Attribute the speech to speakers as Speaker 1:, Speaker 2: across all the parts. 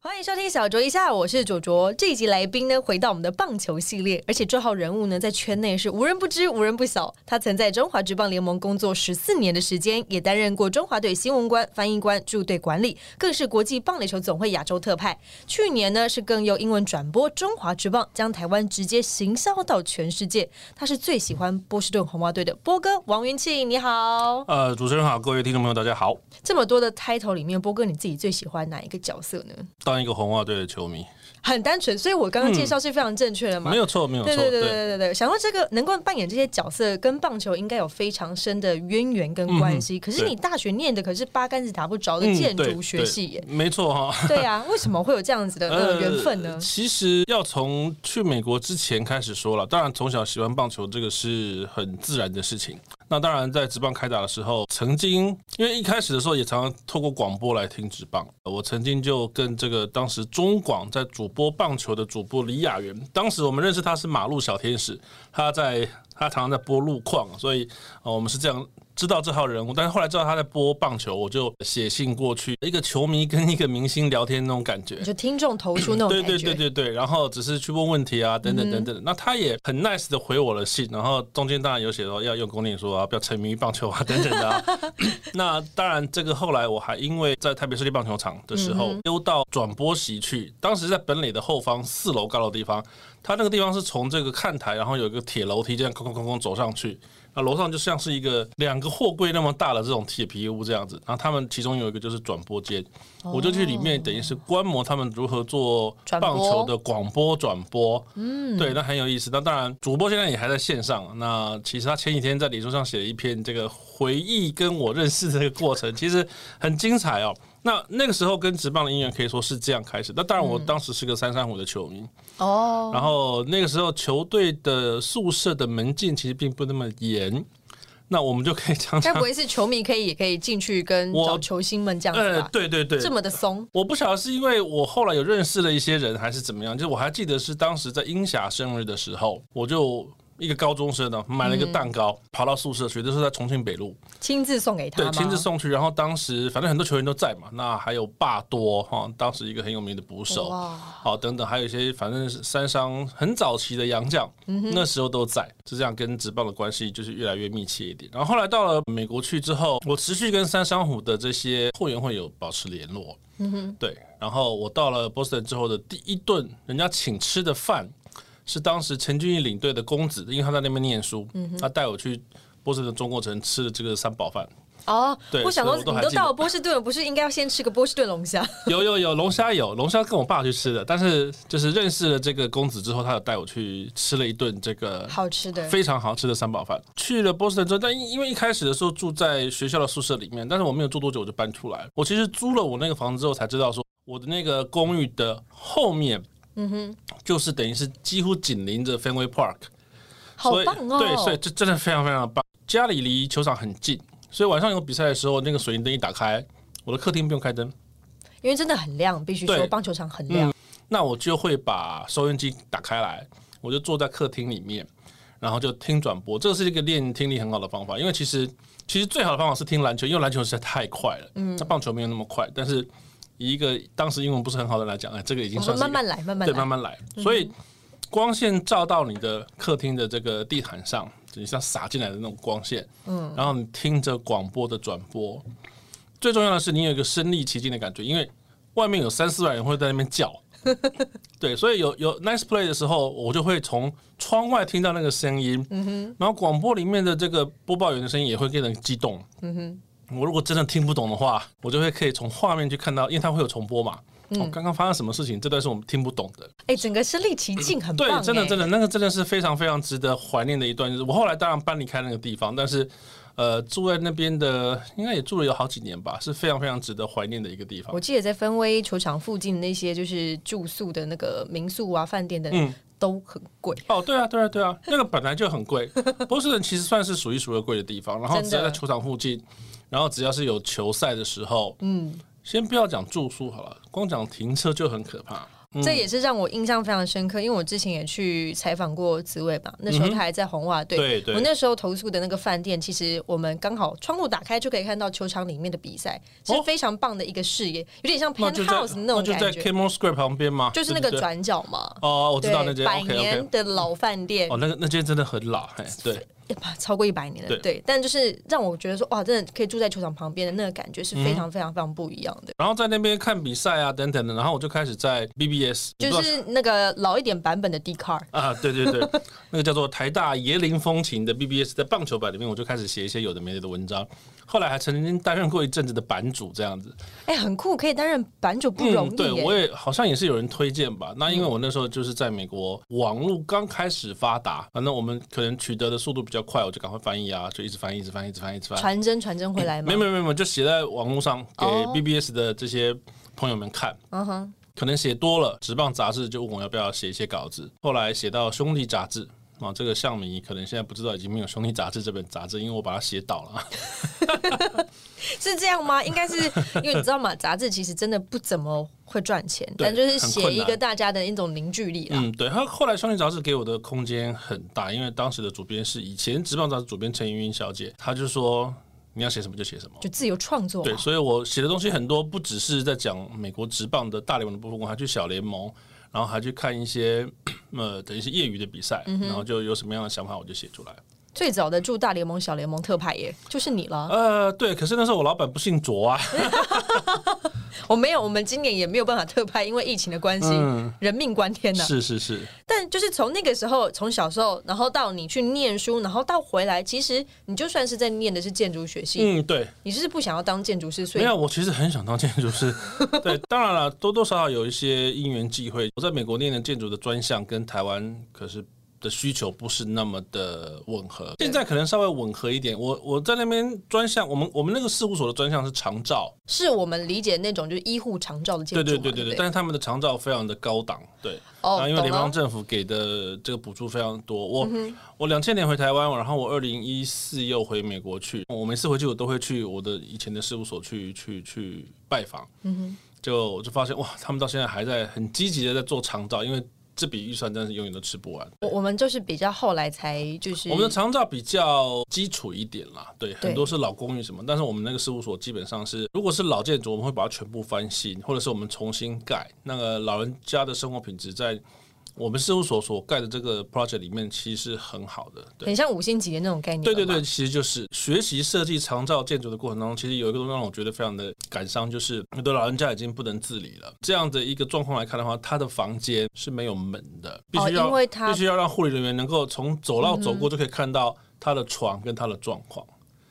Speaker 1: 欢迎收听小酌一下，我是卓卓。这一集来宾呢，回到我们的棒球系列，而且这号人物呢，在圈内是无人不知、无人不晓。他曾在中华职棒联盟工作十四年的时间，也担任过中华队新闻官、翻译官、驻队管理，更是国际棒垒球总会亚洲特派。去年呢，是更由英文转播中华职棒，将台湾直接行销到全世界。他是最喜欢波士顿红袜队的波哥王云庆，你好。
Speaker 2: 呃，主持人好，各位听众朋友，大家好。
Speaker 1: 这么多的 title 里面，波哥你自己最喜欢哪一个角色呢？
Speaker 2: 当一个红袜队的球迷，
Speaker 1: 很单纯，所以我刚刚介绍是非常正确的嘛。
Speaker 2: 没有错，没有错，
Speaker 1: 对对对对对对，想到这个能够扮演这些角色，跟棒球应该有非常深的渊源跟关系。可是你大学念的可是八竿子打不着的
Speaker 2: 嗯
Speaker 1: 建
Speaker 2: 对
Speaker 1: 筑学系耶，
Speaker 2: 对没错哈、
Speaker 1: 对啊，为什么会有这样子的呃缘分呢？
Speaker 2: 其实要从去美国之前开始说了，当然从小喜欢棒球这个是很自然的事情。那当然，在职棒开打的时候，曾经因为一开始的时候也常常透过广播来听职棒，我曾经就跟这个当时中广在主播棒球的主播李雅媛，当时我们认识他是马路小天使，他在他常常在播路况，所以、呃、我们是这样。知道这号人物，但是后来知道他在播棒球，我就写信过去，一个球迷跟一个明星聊天那种感觉。
Speaker 1: 就听众投出那种
Speaker 2: 对
Speaker 1: 感觉，嗯
Speaker 2: 对对对对，然后只是去问问题啊，等等等等。那他也很 nice 的回我的信，然后中间当然有写说要用功念书啊，不要沉迷于棒球啊，等等的啊。那当然，这个后来我还因为在台北市立棒球场的时
Speaker 1: 嗯
Speaker 2: 候，溜到转播席去，当时在本垒的后方四楼高的地方，它那个地方是从这个看台，然后有一个铁楼梯，这样空空空空走上去。那楼上就像是一个两个货柜那么大的这种铁皮屋这样子，然后他们其中有一个就是转播间，我就去里面等于是观摩他们如何做
Speaker 1: 哦转播
Speaker 2: 棒球的广播转播，嗯，对，那很有意思。那当然，主播现在也还在线上。那其实他前几天在脸书上写了一篇这个回忆跟我认识的这个过程，其实很精彩哦。那那个时候跟职棒的姻缘可以说是这样开始。那当然，我当时是个三三五的球迷，
Speaker 1: 嗯哦，
Speaker 2: 然后那个时候球队的宿舍的门禁其实并不那么严，那我们就可以常
Speaker 1: 该
Speaker 2: 常
Speaker 1: 不会是球迷可以也可以进去跟
Speaker 2: 我
Speaker 1: 找球星们这样子
Speaker 2: 呃，
Speaker 1: 吧？
Speaker 2: 对对对，
Speaker 1: 这么的松，
Speaker 2: 我不晓得是因为我后来有认识了一些人，还是怎么样。就是我还记得是当时在英霞生日的时候，我就一个高中生呢、买了一个蛋糕，跑到宿舍去，就是在重庆北路，
Speaker 1: 亲自送给他
Speaker 2: 对
Speaker 1: 吗？，
Speaker 2: 亲自送去。然后当时反正很多球员都在嘛，那还有霸多哈，当时一个很有名的捕手，
Speaker 1: 哇，
Speaker 2: 好等等，还有一些反正是三商很早期的洋将，
Speaker 1: 嗯
Speaker 2: 那时候都在，就这样跟职棒的关系就是越来越密切一点。然后后来到了美国去之后，我持续跟三商虎的这些后援会有保持联络，
Speaker 1: 嗯
Speaker 2: 对。然后我到了波士顿之后的第一顿人家请吃的饭，是当时陈俊义领队的公子，因为他在那边念书，
Speaker 1: 嗯
Speaker 2: 他带我去波士顿中国城吃的这个三宝饭，
Speaker 1: 哦，
Speaker 2: 对
Speaker 1: 我想
Speaker 2: 所
Speaker 1: 说
Speaker 2: 以我都
Speaker 1: 你
Speaker 2: 还
Speaker 1: 都
Speaker 2: 记得
Speaker 1: 到了波士顿了，不是应该要先吃个波士顿龙虾？
Speaker 2: 有有有龙虾有龙虾跟我爸去吃的，但是就是认识了这个公子之后，他有带我去吃了一顿这个
Speaker 1: 好吃的，
Speaker 2: 非常好吃的三宝饭。去了波士顿之后，但因因为一开始的时候住在学校的宿舍里面，但是我没有住多久我就搬出来。我其实租了我那个房子之后才知道，说我的那个公寓的后面，嗯哼，就是等于是几乎紧邻着 Fenway Park，
Speaker 1: 好
Speaker 2: 所以
Speaker 1: 棒哦！
Speaker 2: 对，所以这真的非常非常棒。家里离球场很近，所以晚上有比赛的时候，那个水泥灯一打开，我的客厅不用开灯，
Speaker 1: 因为真的很亮，必须说
Speaker 2: 对嗯
Speaker 1: 棒球场很亮。
Speaker 2: 那我就会把收音机打开来，我就坐在客厅里面，然后就听转播。这是一个练听力很好的方法，因为其实其实最好的方法是听篮球，因为篮球实在太快了，嗯，那棒球没有那么快，但是以一个当时英文不是很好的人来讲，哎，这个已经
Speaker 1: 我
Speaker 2: 算
Speaker 1: 们
Speaker 2: 是一个
Speaker 1: 慢慢来，慢慢
Speaker 2: 对，
Speaker 1: 来
Speaker 2: 慢。慢来。所以光线照到你的客厅的这个地毯上，就像洒进来的那种光线，嗯，然后你听着广播的转播，最重要的是你有一个身临其境的感觉，因为外面有三四万人会在那边叫。对，所以有有 nice play 的时候，我就会从窗外听到那个声音，然后广播里面的这个播报员的声音也会给人激动，我如果真的听不懂的话，我就会可以从画面去看到，因为它会有重播嘛。哦，刚刚发生什么事情？这段是我们听不懂的。
Speaker 1: 哎、整个身临其境，很棒、哎欸
Speaker 2: 对，真的真
Speaker 1: 的。
Speaker 2: 的，那个真的是非常非常值得怀念的一段日子。我后来当然搬离开那个地方，但是呃，住在那边的应该也住了有好几年吧，是非常非常值得怀念的一个地方
Speaker 1: 我。记得在芬威球场附近那些就是住宿的那个民宿啊、饭店的、
Speaker 2: 嗯
Speaker 1: 都很贵。
Speaker 2: 哦，对啊，对啊，对啊，那个本来就很贵， 波士顿其实算是数一数二贵的地方。然后
Speaker 1: 真的
Speaker 2: 只要在球场附近，然后只要是有球赛的时候，嗯，先不要讲住宿好了，光讲停车就很可怕。
Speaker 1: 这也是让我印象非常深刻，因为我之前也去采访过紫薇嘛，那时候
Speaker 2: 嗯哼
Speaker 1: 她还在红袜队。
Speaker 2: 对对
Speaker 1: 我那时候投诉的那个饭店，其实我们刚好窗户打开就可以看到球场里面的比赛，是
Speaker 2: 哦
Speaker 1: 非常棒的一个视野，有点像
Speaker 2: 那就在
Speaker 1: penthouse 那
Speaker 2: 那
Speaker 1: 种
Speaker 2: 就
Speaker 1: 感
Speaker 2: 在
Speaker 1: 觉，
Speaker 2: Camel Square 旁边吗？
Speaker 1: 就是那个
Speaker 2: 对不对
Speaker 1: 转角嘛。
Speaker 2: 哦，我知道那
Speaker 1: 对，
Speaker 2: 间
Speaker 1: 百
Speaker 2: OK
Speaker 1: 年
Speaker 2: OK
Speaker 1: 的老饭店
Speaker 2: 哦，，那个那间真的很老，哎， 对，
Speaker 1: 哎吧超过一百年了，
Speaker 2: 对
Speaker 1: 对。但就是让我觉得说，哇，真的可以住在球场旁边的那个感觉是
Speaker 2: 嗯
Speaker 1: 非常非常非常不一样的。
Speaker 2: 然后在那边看比赛啊等等的，然后我就开始在 BBS，我不
Speaker 1: 就
Speaker 2: 知道
Speaker 1: 是那个老一点版本的 D Car，
Speaker 2: 啊，对对对， 那个叫做台大椰林风情的 BBS，在棒球版里面，我就开始写一些有的没的的文章，后来还曾经担任过一阵子的版主这样子。
Speaker 1: 哎、很酷，可以担任版主不容易、耶。
Speaker 2: 嗯
Speaker 1: 嗯
Speaker 2: 对，我也好像也是有人推荐吧。那因为我那时候就是在美国，网络刚开始发达，反正我们可能取得的速度比较快，我就赶快翻译啊，就一直翻译，一直翻译，一直翻译，一直翻译。
Speaker 1: 传真传真回来吗？
Speaker 2: 没有没有没有，就写在网络上给
Speaker 1: 嗯哦
Speaker 2: BBS 的这些朋友们看。
Speaker 1: 嗯哼，
Speaker 2: 可能写多了，职棒杂志就问我要不要写一些稿子。后来写到兄弟杂志。啊，这个项迷可能现在不知道已经没有《兄弟杂志》这本杂志，因为我把它写倒了。
Speaker 1: 是这样吗？应该是 因为你知道吗？杂志其实真的不怎么会赚钱，
Speaker 2: 对
Speaker 1: 但就是写一
Speaker 2: 很困
Speaker 1: 个
Speaker 2: 难
Speaker 1: 大家的一种凝聚力啦。
Speaker 2: 嗯，对。他后来《兄弟杂志》给我的空间很大，因为当时的主编是以前《职棒杂志》主编陈云云小姐，她就说你要写什么就写什么。
Speaker 1: 就自由创作
Speaker 2: 对，
Speaker 1: 嘛，
Speaker 2: 所以我写的东西很多，不只是在讲美国职棒的大联盟的部分，我还去小联盟，然后还去看一些呃的一些业余的比赛，然后就有什么样的想法我就写出来。
Speaker 1: 最早的驻大联盟、小联盟特派耶，就是你了。
Speaker 2: 呃，对，可是那时候我老板不姓卓啊，
Speaker 1: 我没有，我们今年也没有办法特派，因为疫情的关系，人命关天呐、
Speaker 2: 嗯 是是是，
Speaker 1: 但就是从那个时候，从小时候，然后到你去念书，然后到回来，其实你就算是在念的是建筑学系，
Speaker 2: 嗯，对，
Speaker 1: 你是不想要当建筑师，所
Speaker 2: 没
Speaker 1: 以
Speaker 2: 有，我其实很想当建筑师，对，当然了，多多少少有一些因缘际会，我在美国念的建筑的专项跟台湾可是。的需求不是那么的吻合，现在可能稍微吻合一点。我我在那边专项，我们我们那个事务所的专项是长照，
Speaker 1: 是我们理解那种就是医护长照的建
Speaker 2: 对
Speaker 1: 筑
Speaker 2: 对
Speaker 1: 嘛，
Speaker 2: 对
Speaker 1: 对
Speaker 2: 对
Speaker 1: 不
Speaker 2: 对，但是他们的长照非常的高档，对，然
Speaker 1: 哦，
Speaker 2: 后因为
Speaker 1: 懂
Speaker 2: 联
Speaker 1: 了
Speaker 2: 邦。政府给的这个补助非常多，我、我两千年回台湾，然后我二零一四又回美国去，我每次回去我都会去我的以前的事务所去去去拜访，嗯哼，就我就发现哇，他们到现在还在很积极的在做长照，因为这笔预算真的是永远都吃不完。
Speaker 1: 我我们就是比较后来才就是
Speaker 2: 我们的长照比较基础一点啦，对，
Speaker 1: 对
Speaker 2: 很多是老公寓什么，但是我们那个事务所基本上是，如果是老建筑，我们会把它全部翻新，或者是我们重新盖。那个老人家的生活品质在我们事务所所盖的这个 project 里面，其实是很好的。对，
Speaker 1: 很像五星级的那种概念，
Speaker 2: 对对对，，其实就是学习设计长照建筑的过程当中，其实有一个东西让我觉得非常的感伤，就是很多老人家已经不能自理了。这样的一个状况来看的话，他的房间是没有门的，必须要、
Speaker 1: 哦因为他
Speaker 2: 必须要让护理人员能够从走廊走过就可以看到他的床跟他的状况。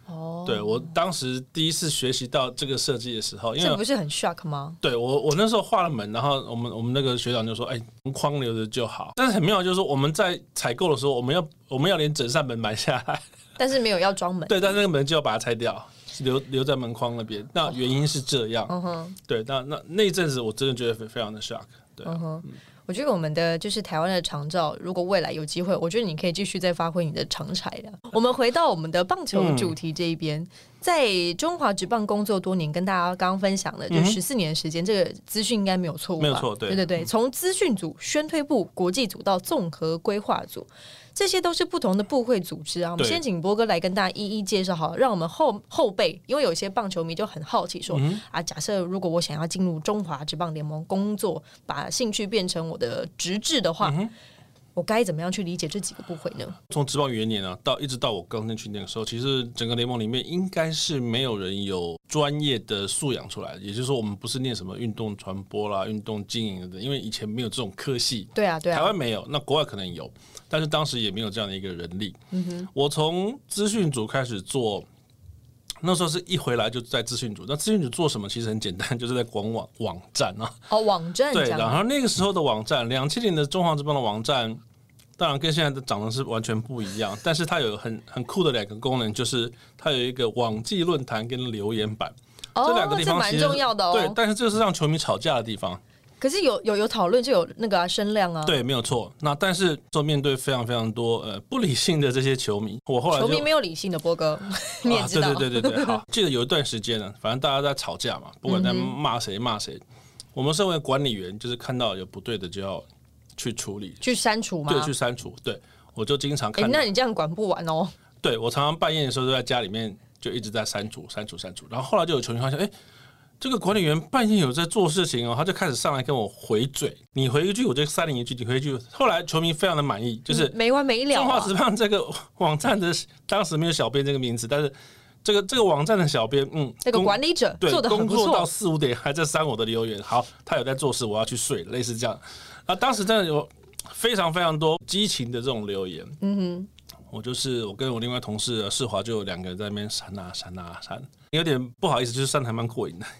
Speaker 1: 哦，
Speaker 2: 对我当时第一次学习到这个设计的时候，因为
Speaker 1: 这不是很 shock 吗？
Speaker 2: 对我，我那时候画了门，然后我们我们那个学长就说：“哎，框留着就好。”但是很妙，就是说我们在采购的时候，我们要我们要连整扇门买下来，
Speaker 1: 但是没有要装门，
Speaker 2: 对，但那个门就要把它拆掉，留留在门框那边。那原因是这样，
Speaker 1: 嗯哼，
Speaker 2: 对，那那那一阵子我真的觉得非非常的 shock，对
Speaker 1: 哦
Speaker 2: 啊、
Speaker 1: 嗯我觉得我们的就是台湾的长照，如果未来有机会，我觉得你可以继续再发挥你的长才的。我们回到我们的棒
Speaker 2: 嗯
Speaker 1: 球主题这一边，在中华职棒工作多年，跟大家刚刚分享的就十四年的时间，这个资讯应该没有错误吧，
Speaker 2: 嗯没有错对
Speaker 1: 对对对，从资讯组、宣推部、国际组到综合规划组。这些都是不同的部会组织啊。我们
Speaker 2: 对
Speaker 1: 先请波哥来跟大家一一介绍好了，让我们后后辈，因为有些棒球迷就很好奇说、
Speaker 2: 嗯
Speaker 1: 啊，假设如果我想要进入中华职棒联盟工作，把兴趣变成我的职志的
Speaker 2: 嗯
Speaker 1: 话，我该怎么样去理解这几个部会呢？
Speaker 2: 从职棒元年啊，到一直到我刚进去那个时候，其实整个联盟里面应该是没有人有专业的素养出来的，也就是说我们不是念什么运动传播啦、运动经营的，因为以前没有这种科系，
Speaker 1: 对啊，对
Speaker 2: 台
Speaker 1: 啊
Speaker 2: 湾，没有，那国外可能有，但是当时也没有这样的一个人力。
Speaker 1: 嗯
Speaker 2: 我从资讯组开始做，那时候是一回来就在资讯组。那资讯组做什么？其实很简单， 就是在管网网站啊。
Speaker 1: 哦，网站这
Speaker 2: 对，
Speaker 1: 样
Speaker 2: 然
Speaker 1: 啊，
Speaker 2: 后那个时候的网站，两千年的中华之邦的网站，当然跟现在的长得是完全不一样，但是它有很很酷的两个功能，就是它有一个网际论坛跟留言板。
Speaker 1: 哦，
Speaker 2: 这两个地方
Speaker 1: 这
Speaker 2: 其
Speaker 1: 蛮
Speaker 2: 实
Speaker 1: 重要的
Speaker 2: 对
Speaker 1: 哦，。
Speaker 2: 但是这是让球迷吵架的地方。
Speaker 1: 可是有有有讨论就有那个、啊、声量啊，
Speaker 2: 对，没有错。那但是说面对非常非常多呃不理性的这些球迷，我后来
Speaker 1: 球
Speaker 2: 就啊
Speaker 1: 迷没有理性的波哥， 你也知道，
Speaker 2: 啊、对对对对对。好，记得有一段时间呢，反正大家在吵架嘛，不管在骂谁骂谁，我们身为管理员，就是看到有不对的就要去处理，
Speaker 1: 去删除吗？
Speaker 2: 对，去删除。对，我就经常
Speaker 1: 哎、
Speaker 2: 看到
Speaker 1: 那你这样管不完哦。
Speaker 2: 对我常常半夜的时候就在家里面就一直在删除、删除、删除，然后后来就有球迷发现，哎，这个管理员半夜有在做事情哦，他就开始上来跟我回嘴，你回一句我就删你一句，你回一句。后来球迷非常的满意，就是
Speaker 1: 没完没了、
Speaker 2: 中华
Speaker 1: 啊
Speaker 2: 时。报这个网站的当时没有小编这个名字，但是这个这个网站的小编，嗯，
Speaker 1: 这个
Speaker 2: 工
Speaker 1: 管理者
Speaker 2: 对
Speaker 1: 做的很
Speaker 2: 工
Speaker 1: 不
Speaker 2: 作到
Speaker 1: 错，
Speaker 2: 四五点还在删我的留言，好，他有在做事，我要去睡了，类似这样。啊，当时真的有非常非常多激情的这种留言，嗯哼，我就是我跟我另外同事呃世华就有两个人在那边删啊删啊删，有点不好意思，就是删的还蛮过瘾的。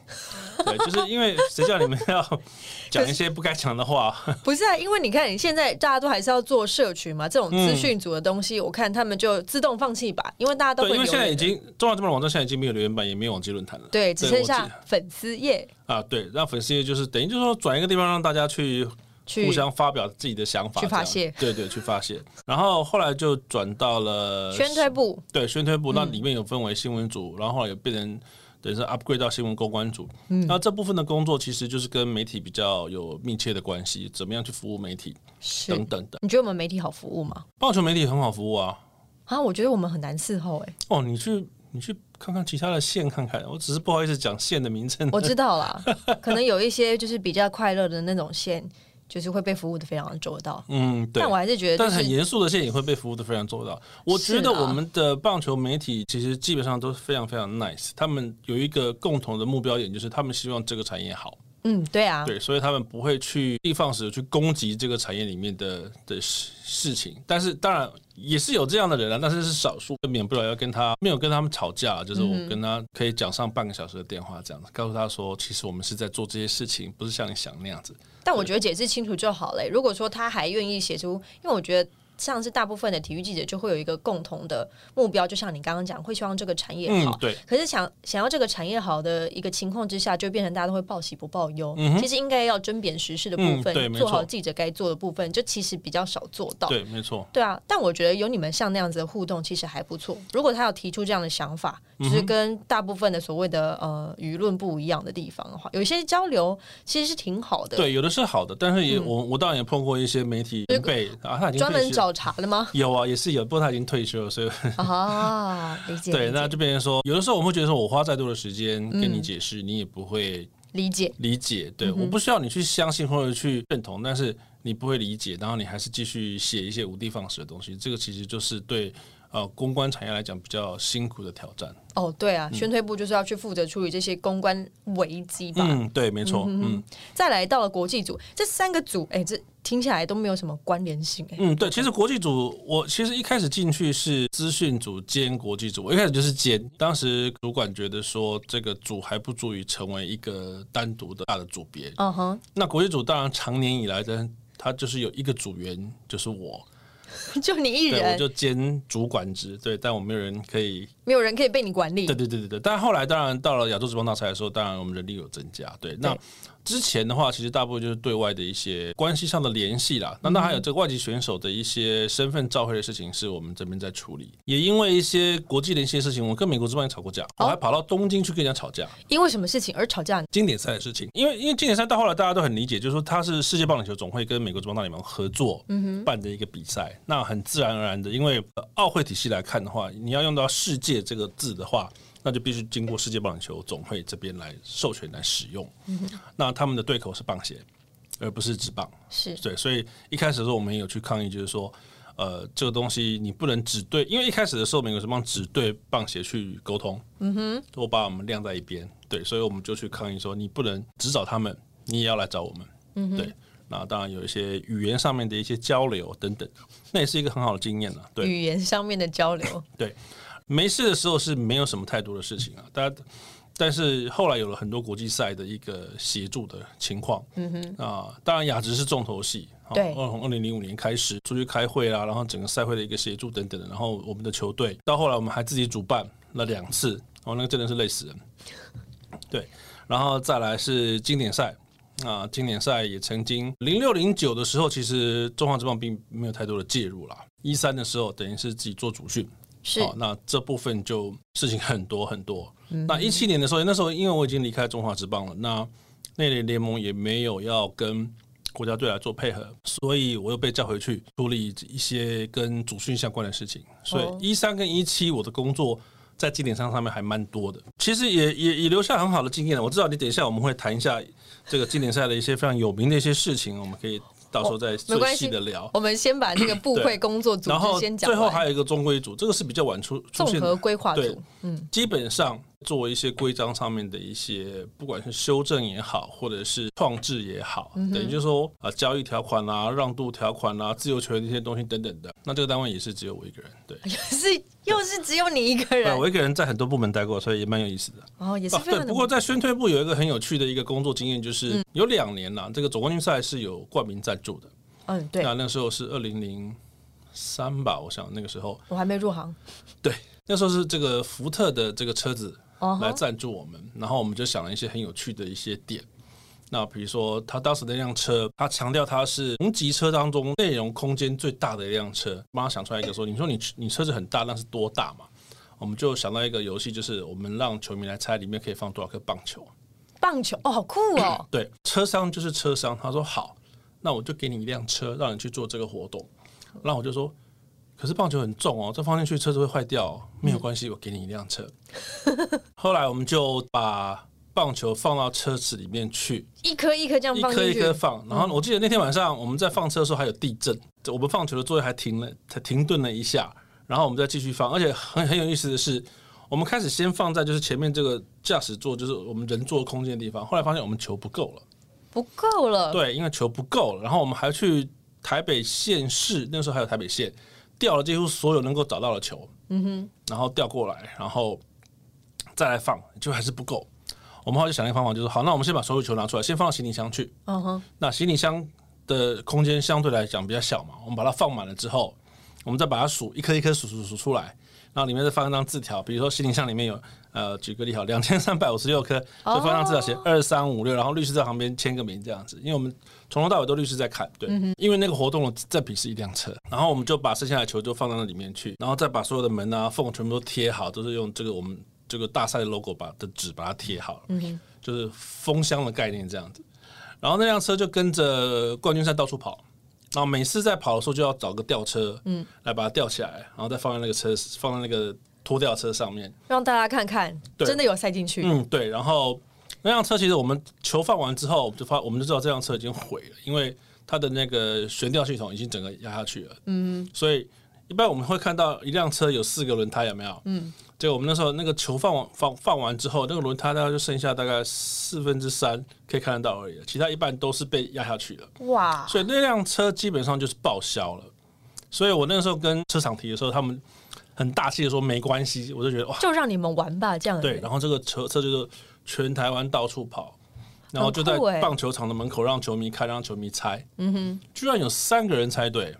Speaker 2: 对，就是因为谁叫你们要讲一些不该讲的话，
Speaker 1: 不是啊？因为你看，你现在大家都还是要做社群嘛，这种资讯组的东西，我看他们就自动放弃吧，因为大 家都会
Speaker 2: 对，因为
Speaker 1: 留
Speaker 2: 现在
Speaker 1: 言
Speaker 2: 已经中华这边网站现在已经没有留言板，也没有网际论坛了，
Speaker 1: 对，只
Speaker 2: 我
Speaker 1: 剩
Speaker 2: 记
Speaker 1: 下粉丝页
Speaker 2: 啊，对，让粉丝页就是等于就是说转一个地方让大家去
Speaker 1: 去
Speaker 2: 互相发表自己的想法，
Speaker 1: 去发
Speaker 2: 这样，对对，去发泄。然后后来就转到了
Speaker 1: 宣嗯推部，
Speaker 2: 对宣推部，那里面有分为新闻组，然后后来有变成等于是 upgrade 到新闻公关组。
Speaker 1: 嗯
Speaker 2: 那这部分的工作其实就是跟媒体比较有密切的关系，怎么样去服务媒体
Speaker 1: 是
Speaker 2: 等等的。
Speaker 1: 你觉得我们媒体好服务吗？
Speaker 2: 棒球媒体很好服务啊，
Speaker 1: 啊，我觉得我们很难伺候 哎、
Speaker 2: 哦，你去你去看看其他的县看看，我只是不好意思讲县的名称。
Speaker 1: 我知道啦，可能有一些就是比较快乐的那种线，就是会被服务的非常的周到，
Speaker 2: 嗯，对
Speaker 1: 但我。还是觉得、
Speaker 2: 但
Speaker 1: 就是是
Speaker 2: 很严肃的线也会被服务的非常周到。我觉得
Speaker 1: 是啦
Speaker 2: 我们的棒球媒体其实基本上都是非常非常 nice，他们有一个共同的目标点，就是他们希望这个产业好，
Speaker 1: 嗯，对啊，
Speaker 2: 对，所以他们不会去地方时去攻击这个产业里面的的事事情。但是当然也是有这样的人啊，但是是少数，免不了要跟他没有跟他们吵架，啊就是
Speaker 1: 嗯
Speaker 2: 我跟他可以讲上半个小时的电话，这样子告诉他说，其实我们是在做这些事情，不是像你想那样子。
Speaker 1: 但我觉得解释清楚就好了欸、如果说他还愿意写出，因为我觉得。像是大部分的体育记者就会有一个共同的目标，就像你刚刚讲，会希望这个产业
Speaker 2: 嗯
Speaker 1: 好。，
Speaker 2: 对，
Speaker 1: 可是想想要这个产业好的一个情况之下，就变成大家都会报喜不报忧。其实应该要甄别时事的部分，
Speaker 2: 嗯对没
Speaker 1: 做好
Speaker 2: 错
Speaker 1: 记者该做的部分，就其实比较少做到。
Speaker 2: 对，没错。
Speaker 1: 对啊，但我觉得有你们像那样子的互动，其实还不错。如果他有提出这样的想法，
Speaker 2: 嗯
Speaker 1: 就是跟大部分的所谓的呃舆论不一样的地方的话，有一些交流其实是挺好的。，嗯
Speaker 2: 对，有的是好的，但是也、我我当然也碰过一些媒体前辈啊，他已经
Speaker 1: 专
Speaker 2: 退
Speaker 1: 门
Speaker 2: 休？
Speaker 1: 找茬的吗
Speaker 2: 有啊，也是有，不过他已经退休了，所以
Speaker 1: 啊，理解，
Speaker 2: 对，
Speaker 1: 理
Speaker 2: 那
Speaker 1: 解嗯
Speaker 2: 就变成说，有的时候我们会觉得说我花再多的时间跟你解释，你也不会
Speaker 1: 理解。
Speaker 2: 理解。
Speaker 1: 嗯
Speaker 2: 对，我不需要你去相信或者去认同，但是你不会理解，然后你还是继续写一些无的放矢的东西，这个其实就是对呃公关产业来讲比较辛苦的挑战。
Speaker 1: 哦，对啊，
Speaker 2: 嗯
Speaker 1: 宣推部就是要去负责处理这些公关危机吧。
Speaker 2: 嗯，对，没错，嗯
Speaker 1: 再来到了国际组，这三个组，哎、这听起来都没有什么关联性、哎、
Speaker 2: 嗯，对，其实国际组，我其实一开始进去是资讯组兼国际组，我一开始就是兼。当时主管觉得说，这个组还不足以成为一个单独的大的组别。
Speaker 1: 嗯哼，
Speaker 2: 那国际组当然常年以来的，它就是有一个组员，就是我，
Speaker 1: 就你一
Speaker 2: 对，我
Speaker 1: 人，
Speaker 2: 就兼主管职，对，但我没有人可以，
Speaker 1: 没有人可以被你管理
Speaker 2: 对。对对对对。但后来当然到了亚洲职棒大赛的时候，当然我们人力有增加，对。那
Speaker 1: 对
Speaker 2: 之前的话，其实大部分就是对外的一些关系上的联系啦。那那还有这个外籍选手的一些身份照会的事情，是我们这边在处理。也因为一些国际联系的事情，我跟美国职棒也吵过架，我还跑到东京去跟人家吵架。
Speaker 1: 因为什么事情而吵架？
Speaker 2: 经典赛的事情，因为因为经典赛到后来大家都很理解，就是说它是世界棒球总会跟美国职棒大联盟合作办的一个比赛，那很自然而然的，因为呃奥会体系来看的话，你要用到“世界”这个字的话，那就必须经过世界棒球总会这边来授权来使用。那他们的对口是棒协，而不是职棒。
Speaker 1: 是
Speaker 2: 对，所以一开始的时候我们也有去抗议，就是说，呃，这个东西你不能只对，因为一开始的时候美国职棒只对棒协去沟通，嗯哼，我把我们晾在一边，对，所以我们就去抗议说，你不能只找他们，你也要来找我们，嗯对。那当然有一些语言上面的一些交流等等，那也是一个很好的经验啊了。对，
Speaker 1: 语言上面的交 流。
Speaker 2: 对，没事的时候是没有什么太多的事情啊，大家。但是后来有了很多国际赛的一个协助的情况，嗯哼，啊，当然亚职是重头戏，啊
Speaker 1: 对
Speaker 2: 二从二零零五年开始出去开会啊啦，然后整个赛会的一个协助等等的，然后我们的球队到后来我们还自己主办了两次，哦，那个真的是累死人，对，然后再来是经典赛。啊，经典赛也曾经零六零九的时候，其实中华职棒并没有太多的介入啦。一三的时候，等于是自己做主训，啊
Speaker 1: 是
Speaker 2: 好，那这部分
Speaker 1: 嗯
Speaker 2: 就事情很多很多。那一七年的时候，那时候因为我已经离开中华职棒了，那内联联盟也没有要跟国家队来做配合，所以我又被叫回去处理一些跟主训相关的事情。所
Speaker 1: 哦
Speaker 2: 以一三跟一七我的工作在经典上上面还蛮多的，其实也也也留下很好的经验了。我知道你等一下我们会谈一下这个经典赛的一些非常有名的一些事情，我们可以到时候再
Speaker 1: 哦没
Speaker 2: 最
Speaker 1: 关
Speaker 2: 细
Speaker 1: 系
Speaker 2: 的聊。
Speaker 1: 我们先把这个部会
Speaker 2: 对
Speaker 1: 工作组
Speaker 2: 然后
Speaker 1: 织先讲
Speaker 2: 最
Speaker 1: 完。
Speaker 2: 后还有一个中规组，这个是比较晚出出
Speaker 1: 综
Speaker 2: 现
Speaker 1: 合
Speaker 2: 的。
Speaker 1: 规划
Speaker 2: 对
Speaker 1: 组，嗯，
Speaker 2: 基本上做一些规章上面的一些，不管是修正也好，或者是创制也好，
Speaker 1: 嗯
Speaker 2: 等于就是说啊，交易条款啊、让渡条款啊、自由球员这些东西等等的。那这个单位也是只有我一个人， 对，
Speaker 1: 是又是只有你一个
Speaker 2: 对
Speaker 1: 人，
Speaker 2: 我一个人在很多部门待过，所以也蛮有意思的。
Speaker 1: 哦，也是
Speaker 2: 啊，
Speaker 1: 非
Speaker 2: 对
Speaker 1: 常，的
Speaker 2: 不过在宣推部有一个很有趣的一个工作经验，就是有两年啦、这个总冠军赛是有冠名赞助的。
Speaker 1: 嗯，对
Speaker 2: 那那时候是二零零三吧，我想那个时候，
Speaker 1: 我还没入行
Speaker 2: 对，那时候是这个福特的这个车子
Speaker 1: 哦
Speaker 2: 来赞助我们，然后我们就想了一些很有趣的一些点。那比如说，他当时那辆车，他强调它是同级车当中内容空间最大的一辆车。帮他想出来一个说，你说你你车子很大，那是多大嘛？我们就想到一个游戏，就是我们让球迷来猜里面可以放多少颗棒球。，
Speaker 1: 棒球，哦，好酷哦
Speaker 2: 对，车商就是车商。他说好，那我就给你一辆车，让你去做这个活动。然后我就说，可是棒球很重哦，这放进去车子会坏掉、哦。没有关系，我给你一 辆车。后来我们就把棒球放到车子里面去，
Speaker 1: 一颗一颗这样
Speaker 2: 一
Speaker 1: 放
Speaker 2: 颗
Speaker 1: 进
Speaker 2: 一
Speaker 1: 去，
Speaker 2: 颗放。然后我记得那天晚上我们在放车的时候还有地震，就我们放球的座位还停了，才停顿了一下，然后我们再继续放。而且很很有意思的是，我们开始先放在就是前面这个驾驶座，就是我们人坐空间的地方。后来发现我们球不够了。
Speaker 1: 不够了，
Speaker 2: 对，因为球不够了，然后我们还去台北县市，那时候还有台北县，调了几乎所有能够找到的球，嗯哼，然后调过来，然后再来放，就还是不够。我们后来就想了一个方法，就是好，那我们先把所有球拿出来，先放到行李箱去。
Speaker 1: 嗯哼，
Speaker 2: 那行李箱的空间相对来讲比较小嘛，我们把它放满了之后，我们再把它数一颗一颗数数数出来，然后里面再放一张字条，比如说行李箱里面有呃，举个例好，两千三百五十六颗，就放一张字条写二三五六，然后律师在旁边签个名这样子，因为我们从头到尾都律师在看，对，因为那个活动的赠品是一辆车，然后我们就把剩下的球就放到那里面去，然后再把所有的门啊缝全部都贴好，都是用这个我们这个大赛的 logo 把的纸把它贴好，就是封箱的概念这样子。然后那辆车就跟着冠军赛到处跑，然后每次在跑的时候就要找个吊车，嗯，来把它吊起来，然后再放在那个车放在那个拖吊车上面，
Speaker 1: 让大家看看，
Speaker 2: 对
Speaker 1: 真的有塞进去，
Speaker 2: 嗯，对。然后那辆车其实我们球放完之后，我们就发我们就知道这辆车已经毁了，因为它的那个悬吊系统已经整个压下去了，嗯，所以一般我们会看到一辆车有四个轮胎，有没有？嗯。结果我们那时候那个球放完放放完之后，那个轮胎大概就剩下大概四分之三可以看得到而已了，其他一半都是被压下去了。
Speaker 1: 哇，
Speaker 2: 所以那辆车基本上就是报销了。所以我那个时候跟车厂提的时候，他们很大气的说没关系，我就觉得哇，
Speaker 1: 就让你们玩吧，这样而已
Speaker 2: 对。然后这个车车就是全台湾到处跑，然后就在
Speaker 1: 很酷欸
Speaker 2: 棒球场的门口让球迷看，让球迷猜。嗯哼，居然有三个人猜对，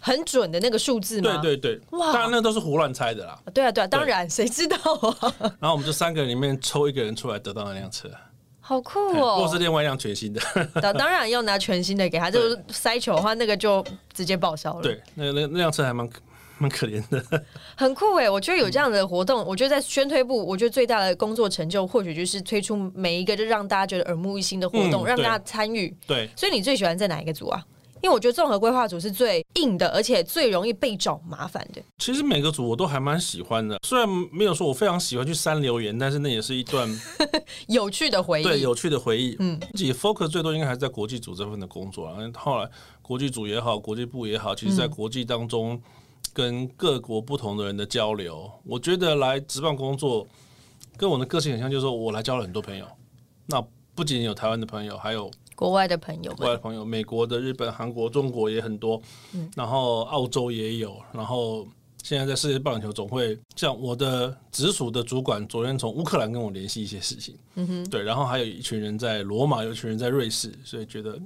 Speaker 1: 很准的那个数字
Speaker 2: 对
Speaker 1: 吗？
Speaker 2: 对对，
Speaker 1: 哇
Speaker 2: 当然那都是胡乱猜的啦。
Speaker 1: 对啊对啊，当然谁知道啊，
Speaker 2: 然后我们就三个人里面抽一个人出来得到那辆车，
Speaker 1: 好酷
Speaker 2: 或
Speaker 1: 哦！
Speaker 2: 是另外一辆全新的。
Speaker 1: 当当然要拿全新的给他，就是塞球的话，那个就直接报销了。
Speaker 2: 对，那那那辆车还蛮可蛮可怜的。
Speaker 1: 很酷哎、我觉得有这样的活动，我觉得在宣推部，我觉得最大的工作成就，或许就是推出每一个就让大家觉得耳目一新的活动，
Speaker 2: 嗯
Speaker 1: 让大
Speaker 2: 对
Speaker 1: 家参与。
Speaker 2: 对，
Speaker 1: 所以你最喜欢在哪一个组啊？因为我觉得综合规划组是最硬的，而且最容易被找麻烦的。
Speaker 2: 其实每个组我都还蛮喜欢的，虽然没有说我非常喜欢去删留言，但是那也是一段
Speaker 1: 有趣的回忆，
Speaker 2: 对有趣的回忆。嗯，自己 focus 最多应该还是在国际组这份的工作啊。因为后来国际组也好，国际部也好，其实在国际当
Speaker 1: 嗯
Speaker 2: 中跟各国不同的人的交流，我觉得来职棒工作跟我的个性很像，就是说我来交了很多朋友。那不仅有台湾的朋友，还有
Speaker 1: 国外的朋友
Speaker 2: 国外
Speaker 1: 们，
Speaker 2: 的朋友，美国的、日本、韩国、中国也很多，
Speaker 1: 嗯
Speaker 2: 然后澳洲也有，然后现在在世界棒球总会，像我的直属的主管昨天从乌克兰跟我联系一些事情，嗯哼，对，然后还有一群人在罗马，有一群人在瑞士，所以觉得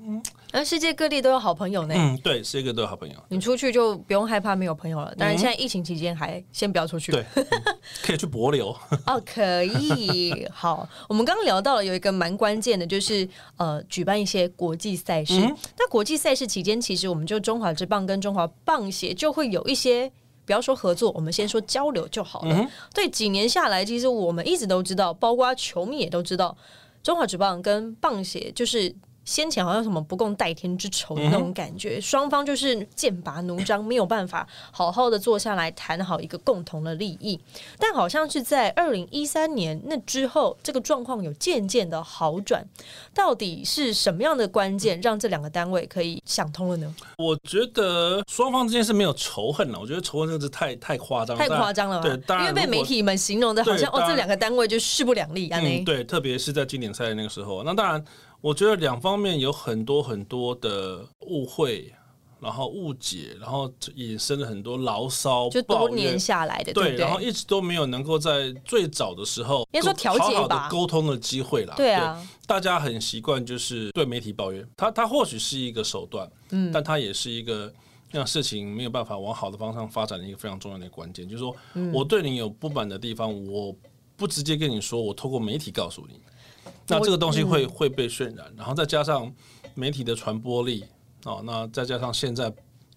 Speaker 1: 那世界各地都有好朋友呢。
Speaker 2: 嗯，对，是一个都有好朋友，
Speaker 1: 你出去就不用害怕没有朋友了。
Speaker 2: 嗯
Speaker 1: 当然，现在疫情期间还先不要出去。
Speaker 2: 对，可以去博流，
Speaker 1: 哦，可以。好，我们刚刚聊到了有一个蛮关键的，就是呃，举办一些国际赛事。那国际赛事期间，其实我们就中华之棒跟中华棒协就会有一些。不要说合作，我们先说交流就好了。对，几年下来，其实我们一直都知道，包括球迷也都知道，中华职棒跟棒协就是。先前好像有什么不共戴天之仇的那种感觉，双、方就是剑拔弩张，没有办法好好的坐下来谈好一个共同的利益。但好像是在二零一三年那之后，这个状况有渐渐的好转。到底是什么样的关键让这两个单位可以想通了呢？
Speaker 2: 我觉得双方之间是没有仇恨了，我觉得仇恨这个字太太夸张，
Speaker 1: 太夸张了吧？
Speaker 2: 对，当然
Speaker 1: 因为被
Speaker 2: 如果
Speaker 1: 媒体们形容的好像
Speaker 2: 对
Speaker 1: 哦，
Speaker 2: 当然
Speaker 1: 这两个单位就势不两立啊，那、
Speaker 2: 嗯，对，特别是在经典赛的那个时候，啊那当然，我觉得两方面有很多很多的误会，然后误解，然后引申了很多牢骚，
Speaker 1: 就
Speaker 2: 抱
Speaker 1: 多
Speaker 2: 怨
Speaker 1: 年下来的，
Speaker 2: 对
Speaker 1: 不
Speaker 2: 然后
Speaker 1: 对？
Speaker 2: 一直都没有能够在最早的时候，
Speaker 1: 应该说调解
Speaker 2: 好好
Speaker 1: 吧
Speaker 2: 的沟通的机会啦。
Speaker 1: 对啊，
Speaker 2: 大家很习惯就是对媒体抱怨，它它或许是一个手段，嗯，但它也是一个让事情没有办法往好的方向发展的一个非常重要的关键，就是说、
Speaker 1: 嗯
Speaker 2: 我对你有不满的地方，我不直接跟你说，我透过媒体告诉你，那这个东
Speaker 1: 嗯
Speaker 2: 西会、会被渲染，然后再加上媒体的传播力哦，那再加上现在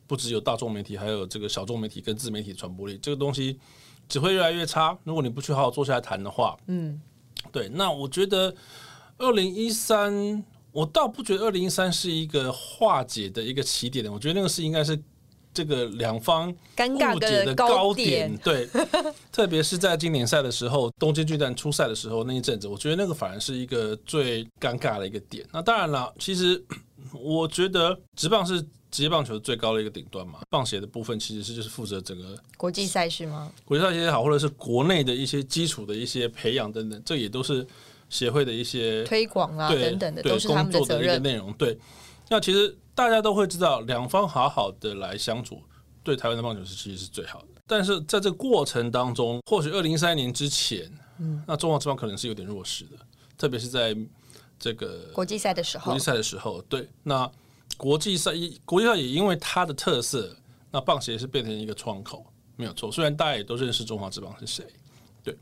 Speaker 2: 不只有大众媒体，还有这个小众媒体跟自媒体传播力，这个东西只会越来越差。如果你不去好好坐下来谈的话，
Speaker 1: 嗯，
Speaker 2: 对，那我觉得二零一三，我倒不觉得二零一三是一个化解的一个起点，我觉得那个是应该是这个两方
Speaker 1: 尴尬
Speaker 2: 误解
Speaker 1: 的
Speaker 2: 的
Speaker 1: 高
Speaker 2: 高
Speaker 1: 点
Speaker 2: 点，对， 特别是在经典赛的时候，东京巨蛋初赛的时候那一阵子，我觉得那个反而是一个最尴尬的一个点。那当然了，其实 我觉得职棒是职业棒球最高的一个顶端嘛，棒协的部分其实是就是负责整个
Speaker 1: 国际赛事吗？
Speaker 2: 国际赛也好，或者是国内的一些基础的一些培养等等，这也都是协会的一些
Speaker 1: 推广啊
Speaker 2: 对
Speaker 1: 等等的，
Speaker 2: 对
Speaker 1: 都是他们
Speaker 2: 工作
Speaker 1: 责
Speaker 2: 的一个
Speaker 1: 任。
Speaker 2: 内容。对，那其实大家都会知道，两方好好的来相处，对台湾的棒球是其实是最好的。但是在这个过程当中，或许二零一三年之前，嗯，那中华之棒可能是有点弱势的，特别是在这个
Speaker 1: 国际赛的时
Speaker 2: 国
Speaker 1: 候
Speaker 2: 际，赛的时候，对，那国际赛一国际赛也因为它的特色，那棒协是变成一个窗口，没有错。虽然大家也都认识中华职棒是谁，对，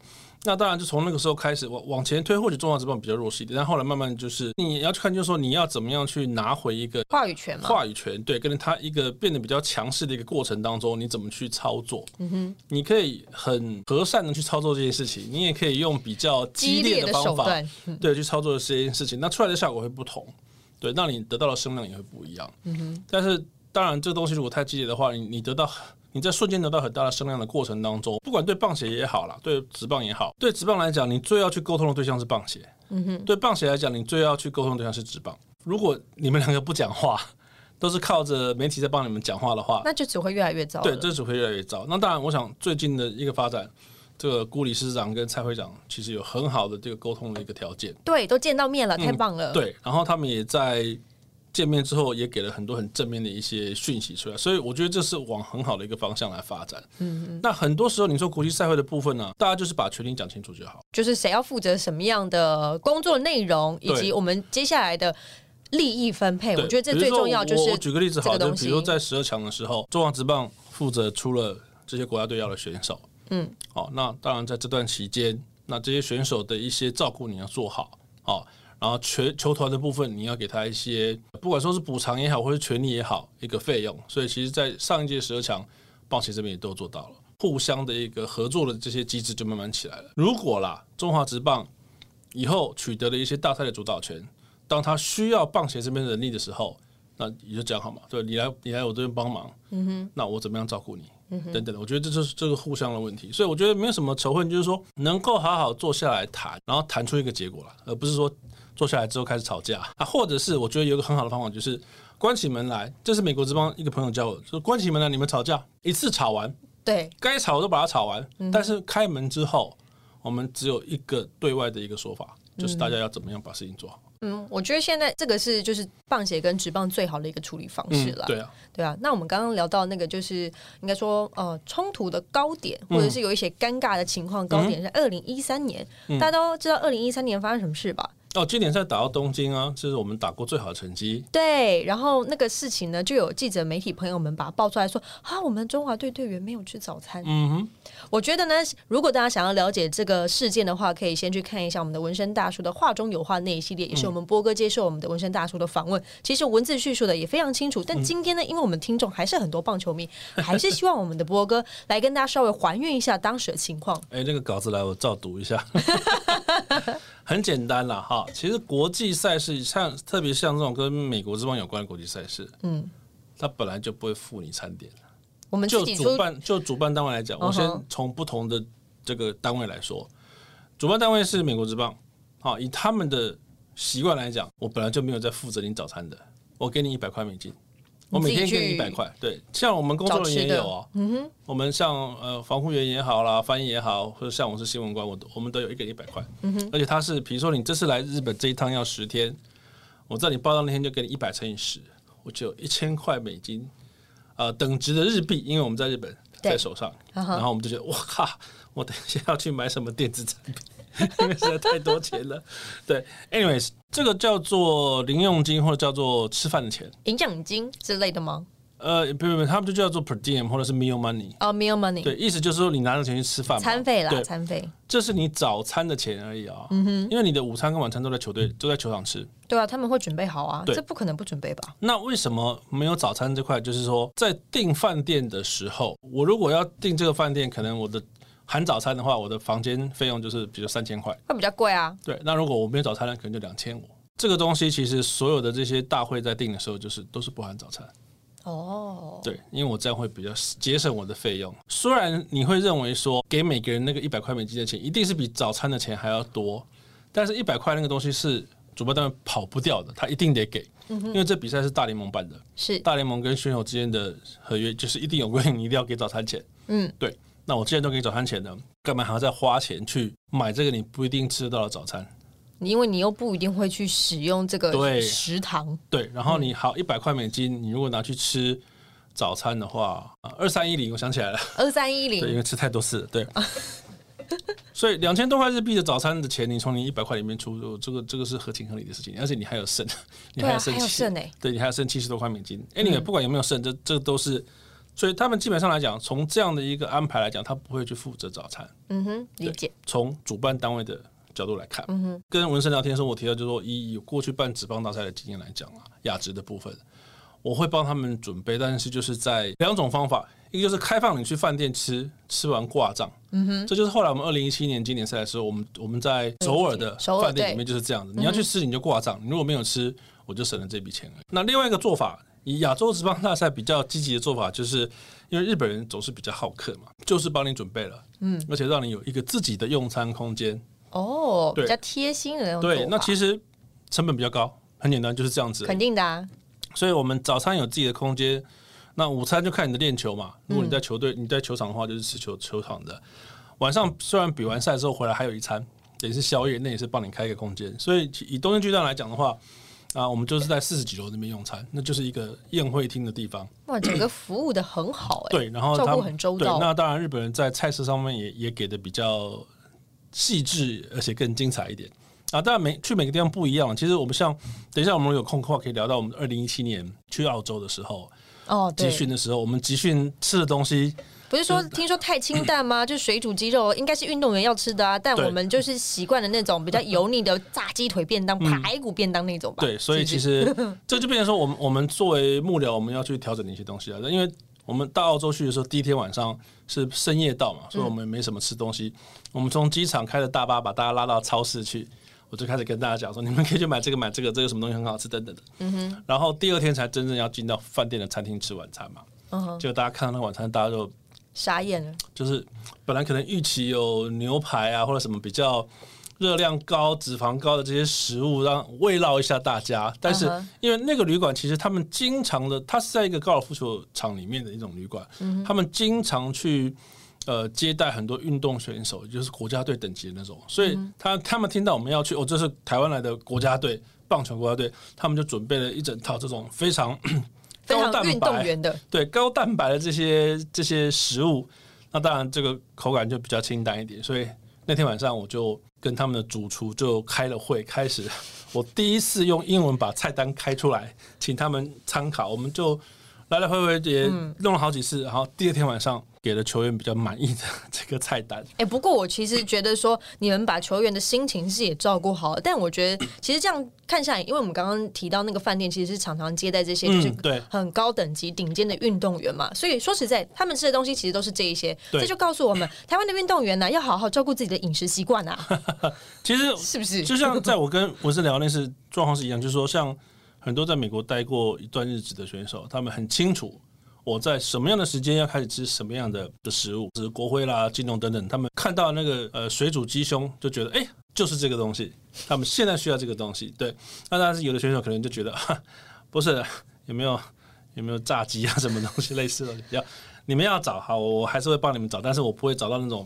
Speaker 2: 那当然就从那个时候开始往往前推，或许中华职棒比较弱势一点，但后来慢慢就是你要去看，就是说你要怎么样去拿回一个
Speaker 1: 话语权嘛，
Speaker 2: 话语权，对，跟他一个变得比较强势的一个过程当中，你怎么去操作？嗯哼，你可以很和善的去操作这件事情，你也可以用比较激
Speaker 1: 激烈
Speaker 2: 烈的
Speaker 1: 的
Speaker 2: 方
Speaker 1: 手
Speaker 2: 法，
Speaker 1: 段。嗯
Speaker 2: 对，去操作这件事情，那出来的效果会不同，对，那你得到的声量也会不一样。嗯哼，但是当然，这个东西如果太激烈的话，你你得到你在瞬间得到很大的声量的过程当中，不管对棒协也好啦，对职棒也好，对职棒来讲，你最要去沟通的对象是棒协。嗯哼，对棒协来讲，你最要去沟通的对象是职棒。如果你们两个不讲话，都是靠着媒体在帮你们讲话的话，
Speaker 1: 那就只会越来越糟了。
Speaker 2: 对，这只会越来越糟。那当然，我想最近的一个发展，这个顾理事长跟蔡会长其实有很好的这个沟通的一个条件。
Speaker 1: 对都见到面了，
Speaker 2: 嗯
Speaker 1: 太棒了。，
Speaker 2: 对，然后他们也在见面之后，也给了很多很正面的一些讯息出来，所以我觉得这是往很好的一个方向来发展。嗯嗯。那很多时候，你说国际赛会的部分呢、大家就是把权利讲清楚就好。
Speaker 1: 就是谁要负责什么样的工作内容，以
Speaker 2: 对
Speaker 1: 及我们接下来的利益分配，
Speaker 2: 对
Speaker 1: 我觉得这
Speaker 2: 比如
Speaker 1: 最
Speaker 2: 说
Speaker 1: 重要就
Speaker 2: 我我
Speaker 1: 是
Speaker 2: 举个例子好
Speaker 1: 这个
Speaker 2: 的，
Speaker 1: 东西
Speaker 2: 比如在十二强的时候，中华职棒负责出了这些国家队要的选手。
Speaker 1: 嗯，
Speaker 2: 哦，那当然在这段期间，那这些选手的一些照顾你要做好哦。然后球球团的部分，你要给他一些，不管说是补偿也好，或是权利也好，一个费用。所以其实，在上一届十二强，棒协这边也都做到了，互相的一个合作的这些机制就慢慢起来了。如果啦，中华职棒以后取得了一些大赛的主导权，当他需要棒协这边人力的时候，那你就讲好嘛，对你来你来我这边帮忙，嗯哼，嗯那我怎么样照顾你，等等的，我觉得这就是这个互相的问题，所以我觉得没有什么仇恨，就是说能够好好坐下来谈，然后谈出一个结果来，而不是说坐下来之后开始吵架啊，或者是我觉得有一个很好的方法就是关起门来，这是美国这帮一个朋友教我的，说关起门来你们吵架一次吵完，
Speaker 1: 对
Speaker 2: 该吵都把它吵完，但是开门之后，我们只有一个对外的一个说法，就是大家要怎么样把事情做好，
Speaker 1: 嗯，我觉得现在这个是就是棒协跟职棒最好的一个处理方式了、
Speaker 2: 对啊，
Speaker 1: 对啊，那我们刚刚聊到那个，就是应该说呃冲突的高点，或
Speaker 2: 嗯
Speaker 1: 者是有一些尴尬的情况高点，在二零一三年，
Speaker 2: 嗯
Speaker 1: 大家都知道二零一三年发生什么事吧？
Speaker 2: 哦，经典赛打到东京啊，这是我们打过最好的成绩。
Speaker 1: 对，然后那个事情呢，就有记者、媒体朋友们把它爆出来说啊，我们中华队队员没有吃早餐。
Speaker 2: 嗯哼，
Speaker 1: 我觉得呢，如果大家想要了解这个事件的话，可以先去看一下我们的纹身大叔的“话中有话”那一系列，也是我们波哥接受我们的纹身大叔的访问。其实文字叙述的也非常清楚，但
Speaker 2: 嗯
Speaker 1: 今天呢，因为我们听众还是很多棒球 迷，还是希望我们的波哥来跟大家稍微还原一下当时的情况。
Speaker 2: 哎、那个稿子来我照读一下。 很简单啦，哈。其实国际赛事像，特别像这种跟美国之邦有关的国际赛事，嗯，它本来就不会付你餐点。
Speaker 1: 我们自
Speaker 2: 就
Speaker 1: 己
Speaker 2: 主
Speaker 1: 出
Speaker 2: 办就主办单位来讲，我先
Speaker 1: 嗯哼
Speaker 2: 从不同的这个单位来说，主办单位是美国之棒，好，以他们的习惯来讲，我本来就没有在负责你早餐的，我给你一百块美金，我每天给你一百块，对，像我们工作人员也有哦，嗯哼，我们像呃防护员也好啦，翻译也好，或者像我是新闻官，我都我们都有一个人一百块，嗯哼，而且他是比如说你这次来日本这一趟要十天，我在你报到那天就给你一百乘以十，我就有一千块美金，呃，等值的日币，因为我们在日本
Speaker 1: 对
Speaker 2: 在手上，
Speaker 1: 啊哈
Speaker 2: 然后我们就觉得哇靠，我等一下要去买什么电子产品，因为实在太多钱了。对，anyways，这个叫做零用金或者叫做吃饭的钱，
Speaker 1: 营养金之类的吗？
Speaker 2: 呃，不不不，他们就叫做 per diem 或者是 meal money。
Speaker 1: 哦、m e a l money，
Speaker 2: 对，意思就是说你拿着钱去吃饭嘛，
Speaker 1: 餐费啦，
Speaker 2: 对，
Speaker 1: 餐嗯费，
Speaker 2: 这是你早餐的钱而已啊、因为你的午餐跟晚餐都在球队都在球场吃，
Speaker 1: 对啊，他们会准备好啊，
Speaker 2: 对
Speaker 1: 这不可能不准备吧？
Speaker 2: 那为什么没有早餐这块？就是说，在订饭店的时候，我如果要订这个饭店，可能我的含早餐的话，我的房间费用就是比如三千块。
Speaker 1: 会比较贵啊，
Speaker 2: 对，那如果我没有早餐呢，可能就两千五。这个东西其实所有的这些大会在订的时候，就是都是不含早餐。
Speaker 1: 哦，
Speaker 2: 对，因为我这样会比较节省我的费用。虽然你会认为说给每个人那个一百块美金的钱，一定是比早餐的钱还要多，但是一百块那个东西是主办单位跑不掉的，他一定得给，
Speaker 1: 嗯
Speaker 2: 因为这比赛是大联盟办的。
Speaker 1: 是
Speaker 2: 大联盟跟选手之间的合约，就是一定有规定，你一定要给早餐钱。
Speaker 1: 嗯，
Speaker 2: 对。那我既然都给早餐钱了，干嘛还要再花钱去买这个你不一定吃得到的早餐？
Speaker 1: 你因为你又不一定会去使用这个
Speaker 2: 对
Speaker 1: 食堂，
Speaker 2: 对，然后
Speaker 1: 嗯
Speaker 2: 你好一百块美金，你如果拿去吃早餐的话，呃二三一零，我想起来了，
Speaker 1: 二三一
Speaker 2: 对，因
Speaker 1: 零，
Speaker 2: 为吃太多次了， 对。所以两千多块日币的早餐的钱，你从你一百块里面出，这个这个是合情合理的事情，而且你还有剩， 你
Speaker 1: 对
Speaker 2: 还
Speaker 1: 啊，还
Speaker 2: 有剩
Speaker 1: 有
Speaker 2: 七
Speaker 1: 剩嗯哎，
Speaker 2: 对你还要剩七十多块美金。Anyway，、不管有没有剩，这这都是，所以他们基本上来讲，从这样的一个安排来讲，他不会去负责早餐。
Speaker 1: 嗯哼，理
Speaker 2: 对
Speaker 1: 解，
Speaker 2: 从主办单位的角度来看，
Speaker 1: 嗯
Speaker 2: 跟文生聊天的时候，我提到就是说，以以过去办职棒大赛的经验来讲啊，亚职的部分，我会帮他们准备，但是就是在两种方法，一个就是开放你去饭店吃，吃完挂账，嗯哼，这就是后来我们二零一七年经典赛的时候，我们我们在首尔的
Speaker 1: 首尔
Speaker 2: 饭店
Speaker 1: 对嗯
Speaker 2: 里面就是这样子，你要去吃你就挂账，你如果没有吃，我就省了这笔钱而已。那另外一个做法。以亚洲职棒大赛比较积极的做法，就是因为日本人总是比较好客
Speaker 1: 嗯
Speaker 2: 嘛，就是帮你准备了，嗯，而且让你有一个自己的用餐空间，
Speaker 1: 哦，
Speaker 2: 对
Speaker 1: 比较贴心的那种
Speaker 2: 对，
Speaker 1: 做
Speaker 2: 那
Speaker 1: 法
Speaker 2: 其实成本比较高，很简单，就是这样子。
Speaker 1: 肯定的啊，
Speaker 2: 所以我们早餐有自己的空间，那午餐就看你的练球
Speaker 1: 嗯
Speaker 2: 嘛。如果你在球队、你在球场的话，就是吃球球场的。晚上虽然比完赛之后回来还有一餐，也是宵夜，那也是帮你开一个空间。所以其以东京巨蛋来讲的话，啊，我们就是在四十几楼那边用餐，那就是一个宴会厅的地方。
Speaker 1: 哇，整个服务的很好哎，
Speaker 2: 对，然后
Speaker 1: 照
Speaker 2: 他
Speaker 1: 顾
Speaker 2: 们
Speaker 1: 很周
Speaker 2: 对
Speaker 1: 到，
Speaker 2: 那当然，日本人在菜式上面也也给的比较细致，而且更精彩一点。啊，当然每去每个地方不一样。其实我们像等一下我们有空的话，可以聊到我们二零一七年去澳洲的时候
Speaker 1: 哦，
Speaker 2: 集
Speaker 1: 对，
Speaker 2: 训的时候，我们集训吃的东西，
Speaker 1: 不是说听说太清淡 吗？就水煮鸡肉应该是运动员要吃的啊，但
Speaker 2: 对
Speaker 1: 我们就是习惯了那种比较油腻的炸鸡腿便当、排骨便当那种吧。
Speaker 2: 嗯对，所以
Speaker 1: 是
Speaker 2: 其
Speaker 1: 不是
Speaker 2: 实 这就变成说，我们我们作为幕僚，我们要去调整的一些东西啊。因为我们到澳洲去的时候，第一天晚上是深夜到嘛，
Speaker 1: 嗯
Speaker 2: 所以我们没什么吃东西。我们从机场开着大巴把大家拉到超市去，我就开始跟大家讲说，你们可以去买这个买这个，这个什么东西很好吃等等的。嗯哼。然后第二天才真正要进到饭店的餐厅吃晚餐嘛。
Speaker 1: 嗯哼
Speaker 2: 就大家看到那个晚餐，大家就
Speaker 1: 傻眼了，
Speaker 2: 就是本来可能预期有牛排啊或者什么比较热量高、脂肪高的这些食物，让慰劳一下大家。但是
Speaker 1: 嗯哼
Speaker 2: 因为那个旅馆其实他们经常的，它是在一个高尔夫球场里面的一种旅馆，
Speaker 1: 嗯
Speaker 2: 他们经常去。呃，接待很多运动选手，就是国家队等级的那种，所
Speaker 1: 嗯
Speaker 2: 以他他们听到我们要去，哦，这是台湾来的国家队棒球国家队，他们就准备了一整套这种非常
Speaker 1: 非
Speaker 2: 高
Speaker 1: 常
Speaker 2: 蛋白
Speaker 1: 运动员的
Speaker 2: 对高蛋白的这些这些食物，那当然这个口感就比较清淡一点。所以那天晚上我就跟他们的主厨就开了会，开始我第一次用英文把菜单开出来，请他们参考。我们就来来回回也弄了好几次，然后第二天晚上给了球员比较满意的这个菜单。
Speaker 1: 哎、不过我其实觉得说，你们把球员的心情是也照顾好了，但我觉得其实这样看下来，因为我们刚刚提到那个饭店其实是常常接待这些就是
Speaker 2: 嗯对
Speaker 1: 很高等级顶尖的运动员嘛，所以说实在，他们吃的东西其实都是这一些，
Speaker 2: 对
Speaker 1: 这就告诉我们，台湾的运动员呢、要好好照顾自己的饮食习惯 啊，
Speaker 2: 其实
Speaker 1: 是不是？
Speaker 2: 就像在我跟文森聊那次状况是一样，就是说，像很多在美国待过一段日子的选手，他们很清楚我在什么样的时间要开始吃什么样的的食物，就是国徽啦、金龙等等。他们看到那个呃水煮鸡胸，就觉得哎、就是这个东西，他们现在需要这个东西。对，那但是有的选手可能就觉得，哈不是 有没有有没有炸鸡啊，什 么东西类似的，要你们要找好，我我还是会帮你们找，但是我不会找到那种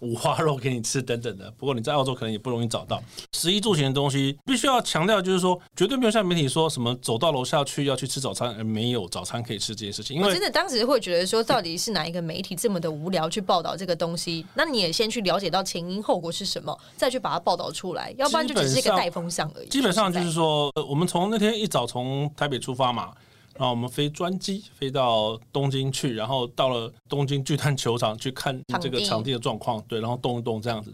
Speaker 2: 五花肉给你吃等等的。不过你在澳洲可能也不容易找到。食衣住行的东西，必须要强调就是说，绝对没有像媒体说什么走到楼下去要去吃早餐，而呃没有早餐可以吃这件事情，因
Speaker 1: 我
Speaker 2: 为
Speaker 1: 真的当时会觉得说，到底是哪一个媒体这么的无聊去报道这个东西？那你也先去了解到前因后果是什么，再去把它报道出来，要不然就只是一
Speaker 2: 基
Speaker 1: 个
Speaker 2: 本上
Speaker 1: 带风向而已。
Speaker 2: 基本上就
Speaker 1: 说
Speaker 2: 是
Speaker 1: 实
Speaker 2: 说，呃我们从那天一早从台北出发嘛，然后我们飞专机飞到东京去，然后到了东京巨蛋球场去看
Speaker 1: 场地
Speaker 2: 这个场地的状况，对，然后动一动这样子。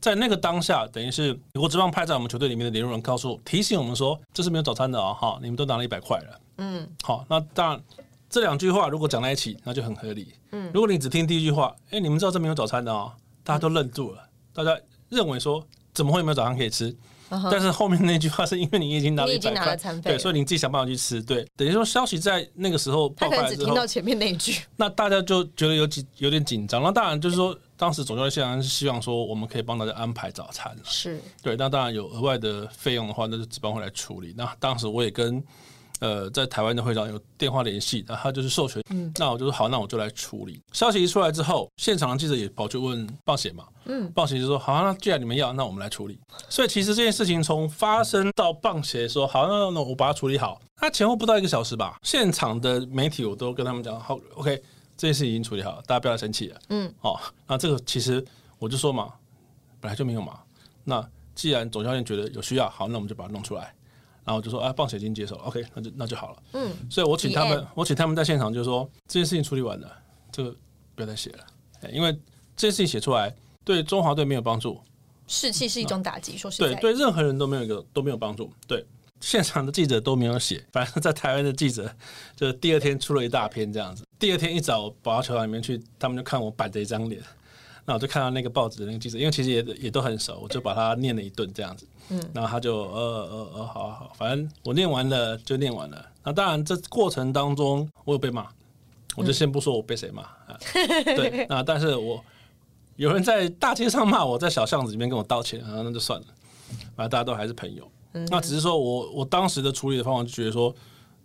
Speaker 2: 在那个当下，等于是美国职棒派在我们球队里面的联络人告诉提醒我们说，这是没有早餐的哦，哈，你们都拿了一百块了。嗯，好，那当然这两句话如果讲在一起，那就很合理。嗯，如果你只听第一句话，哎，你们知道这没有早餐的哦，大家都愣住了，大家认为说怎么会没有早餐可以吃？但是后面那句话是因为你已经拿
Speaker 1: 嗯
Speaker 2: 了
Speaker 1: 你已
Speaker 2: 一
Speaker 1: 经
Speaker 2: 百
Speaker 1: 拿了
Speaker 2: 块
Speaker 1: 餐，费
Speaker 2: 对，
Speaker 1: 了
Speaker 2: 所以你自己想办法去吃。对，等于说消息在那个时候
Speaker 1: 在，
Speaker 2: 爆
Speaker 1: 他可
Speaker 2: 发
Speaker 1: 能
Speaker 2: 了
Speaker 1: 只
Speaker 2: 之
Speaker 1: 听
Speaker 2: 后，
Speaker 1: 到前面那一句，
Speaker 2: 那大家就觉得有几有点紧张。那当然就是说，当时总教练现然是希望说我们可以帮大家安排早餐了。
Speaker 1: 是
Speaker 2: 对，那当然有额外的费用的话，那就值班会来处理。那当时我也跟呃在台湾的会长有电话联系，那他就是授权，那我就说好，那我就来处理。消息一出来之后，现场的记者也跑去问棒协嘛，嗯，棒协就说好、那既然你们要，那我们来处理。所以其实这件事情从发生到棒协说好，那那我把它处理好，那前后不到一个小时吧。现场的媒体我都跟他们讲，好，OK，这件事已经处理好了，大家不要生气了，嗯，哦，那这个其实我就说嘛，本来就没有嘛。那既然总教练觉得有需要，好，那我们就把它弄出来。然后就说，啊，棒协已经接手了，OK，那就那就好了。嗯，所以我请他
Speaker 1: 提
Speaker 2: 们
Speaker 1: 案，
Speaker 2: 我请他们在现场就说，这件事情处理完了，这个不要再写了，哎因为这件事情写出来对中华队没有帮助，
Speaker 1: 士气是一种打击。说实
Speaker 2: 对
Speaker 1: 在，
Speaker 2: 对，任何人都没有一个都没有帮助，对。现场的记者都没有写， 反正在台湾的记者就是第二天出了一大篇这样子。第二天一早跑到球场里面去，他们就看我板着一张脸，那我就看到那个报纸的那个记者，因为其实也也都很熟，我就把他念了一顿这样子。嗯，然后他就呃呃呃，好好好，反正我念完了就念完了。那当然这过程当中我有被骂，我就先不说我被谁骂、 啊。对，那但是我有人在大街上骂我，在小巷子里面跟我道歉，然后那就算了，反正大家都还是朋友。
Speaker 1: 嗯
Speaker 2: 那只是说我我当时的处理的方法就觉得说，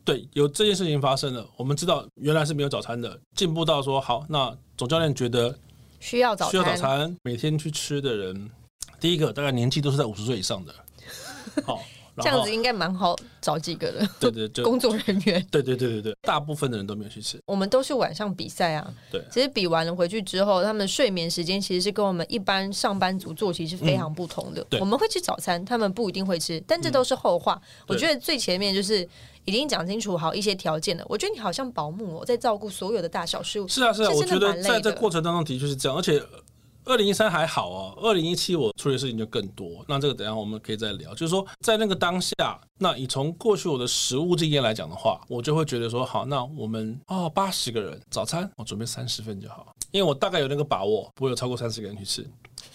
Speaker 2: 对，有这件事情发生了，我们知道原来是没有早餐的，进步到说好，那总教练觉得
Speaker 1: 需要早
Speaker 2: 需要
Speaker 1: 餐，
Speaker 2: 早餐，每天去吃的人，第一个大概年纪都是在五十岁以上 的，好，
Speaker 1: 这
Speaker 2: 然
Speaker 1: 样
Speaker 2: 后
Speaker 1: 子应该蛮好找几个的
Speaker 2: 对对就
Speaker 1: 工作人员。
Speaker 2: 对对对对对，大部分的人都没有去吃，
Speaker 1: 我们都是晚上比赛啊，
Speaker 2: 对
Speaker 1: 其实比完了回去之后，他们睡眠时间其实是跟我们一般上班族作息是非常不同的。
Speaker 2: 对嗯
Speaker 1: 我们会吃早餐，他们不一定会吃，但这都是后话。我
Speaker 2: 对
Speaker 1: 觉得最前面就是已经讲清楚好一些条件了。我觉得你好像保姆、哦，在照顾所有的大小事物。
Speaker 2: 是啊，是啊，
Speaker 1: 这
Speaker 2: 我
Speaker 1: 真的
Speaker 2: 觉得
Speaker 1: 蛮累
Speaker 2: 在这
Speaker 1: 的
Speaker 2: 过程当中的确是这样，而且二零一三还好哦，二零一七我处理的事情就更多。那这个等一下我们可以再聊，就是说在那个当下，那你从过去我的实物经验来讲的话，我就会觉得说，好，那我们哦八十个人早餐，我准备三十份就好，因为我大概有那个把握，不会有超过三十个人去吃，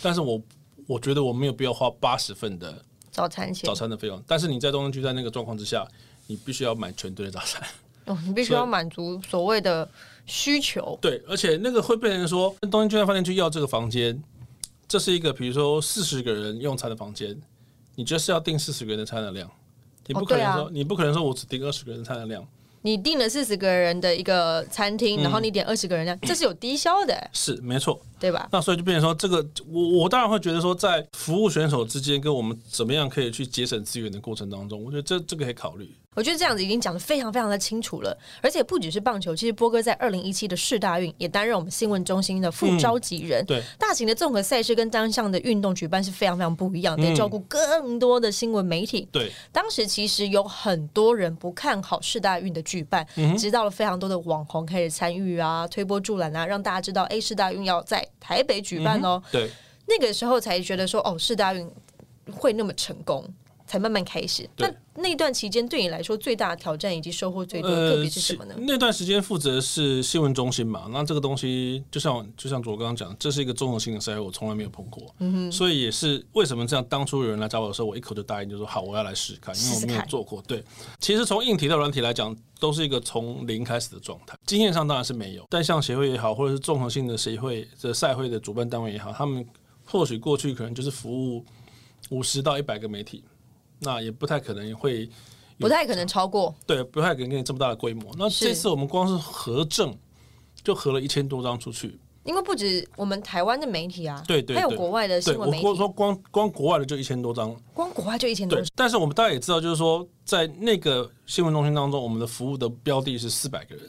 Speaker 2: 但是我。我觉得我没有必要花八十份的
Speaker 1: 早餐钱
Speaker 2: 早餐的费用，但是你在东京区在那个状况之下，你必须要买全队的早餐。
Speaker 1: 哦，你必须
Speaker 2: 所以
Speaker 1: 要满足所谓的需求。
Speaker 2: 对，而且那个会被人说东京巨蛋饭店去要这个房间，这是一个比如说四十个人用餐的房间，你就是要订四十个人的餐的量，你
Speaker 1: 哦
Speaker 2: 不可
Speaker 1: 对
Speaker 2: 能
Speaker 1: 啊
Speaker 2: 说、你不可能说我只订二十个人的餐的量，
Speaker 1: 你订了四十个人的一个餐厅，然后你点二十个人量，这是有低消的、
Speaker 2: 是没错。
Speaker 1: 对吧？
Speaker 2: 那所以就变成说，这个我我当然会觉得说，在服务选手之间跟我们怎么样可以去节省资源的过程当中，我觉得这这个可以考虑。
Speaker 1: 我觉得这样子已经讲得非常非常的清楚了，而且不只是棒球，其实波哥在二零一七的世大运也担任我们新闻中心的副召集人。
Speaker 2: 嗯对，
Speaker 1: 大型的综合赛事跟单项的运动举办是非常非常不一样的，得照顾更多的新闻媒体。
Speaker 2: 对，
Speaker 1: 当时其实有很多人不看好世大运的举办，直到了非常多的网红开始参与啊、推波助澜啊，让大家知道，哎，世大运要在台北举办哦。
Speaker 2: 对，
Speaker 1: 那个时候才觉得说，哦，世大运会那么成功，才慢慢开始。那
Speaker 2: 对
Speaker 1: 那段期间对你来说最大的挑战以及收获最多，特别是什么呢
Speaker 2: 呃是？那段时间负责是新闻中心嘛，那这个东西就像就像我刚刚讲，这是一个综合性的赛会，我从来没有碰过，
Speaker 1: 嗯
Speaker 2: 所以也是为什么这样，当初有人来找我的时候，我一口就答应，就说好，我要来试试看，因为
Speaker 1: 试试
Speaker 2: 我没有
Speaker 1: 看
Speaker 2: 做过。对，其实从硬体到软体来讲，都是一个从零开始的状态，经验上当然是没有，单项协会也好，或者是综合性的协会的赛会的主办单位也好，他们或许过去可能就是服务五十到一百个媒体，那也不太可能会。
Speaker 1: 不太可能超过，
Speaker 2: 对，不太可能给你这么大的规模。那
Speaker 1: 是
Speaker 2: 这次我们光是核证就核了一千多张出去，
Speaker 1: 因为不止我们台湾的媒体啊，
Speaker 2: 对对
Speaker 1: 还有
Speaker 2: 对
Speaker 1: 国外的
Speaker 2: 对
Speaker 1: 新闻
Speaker 2: 我
Speaker 1: 媒
Speaker 2: 国
Speaker 1: 体，嗯
Speaker 2: 说光光国外的就一千多张，
Speaker 1: 光国外就一千多
Speaker 2: 对。但是我们大家也知道，就是说在那个新闻中心当中，我们的服务的标的是四百个人，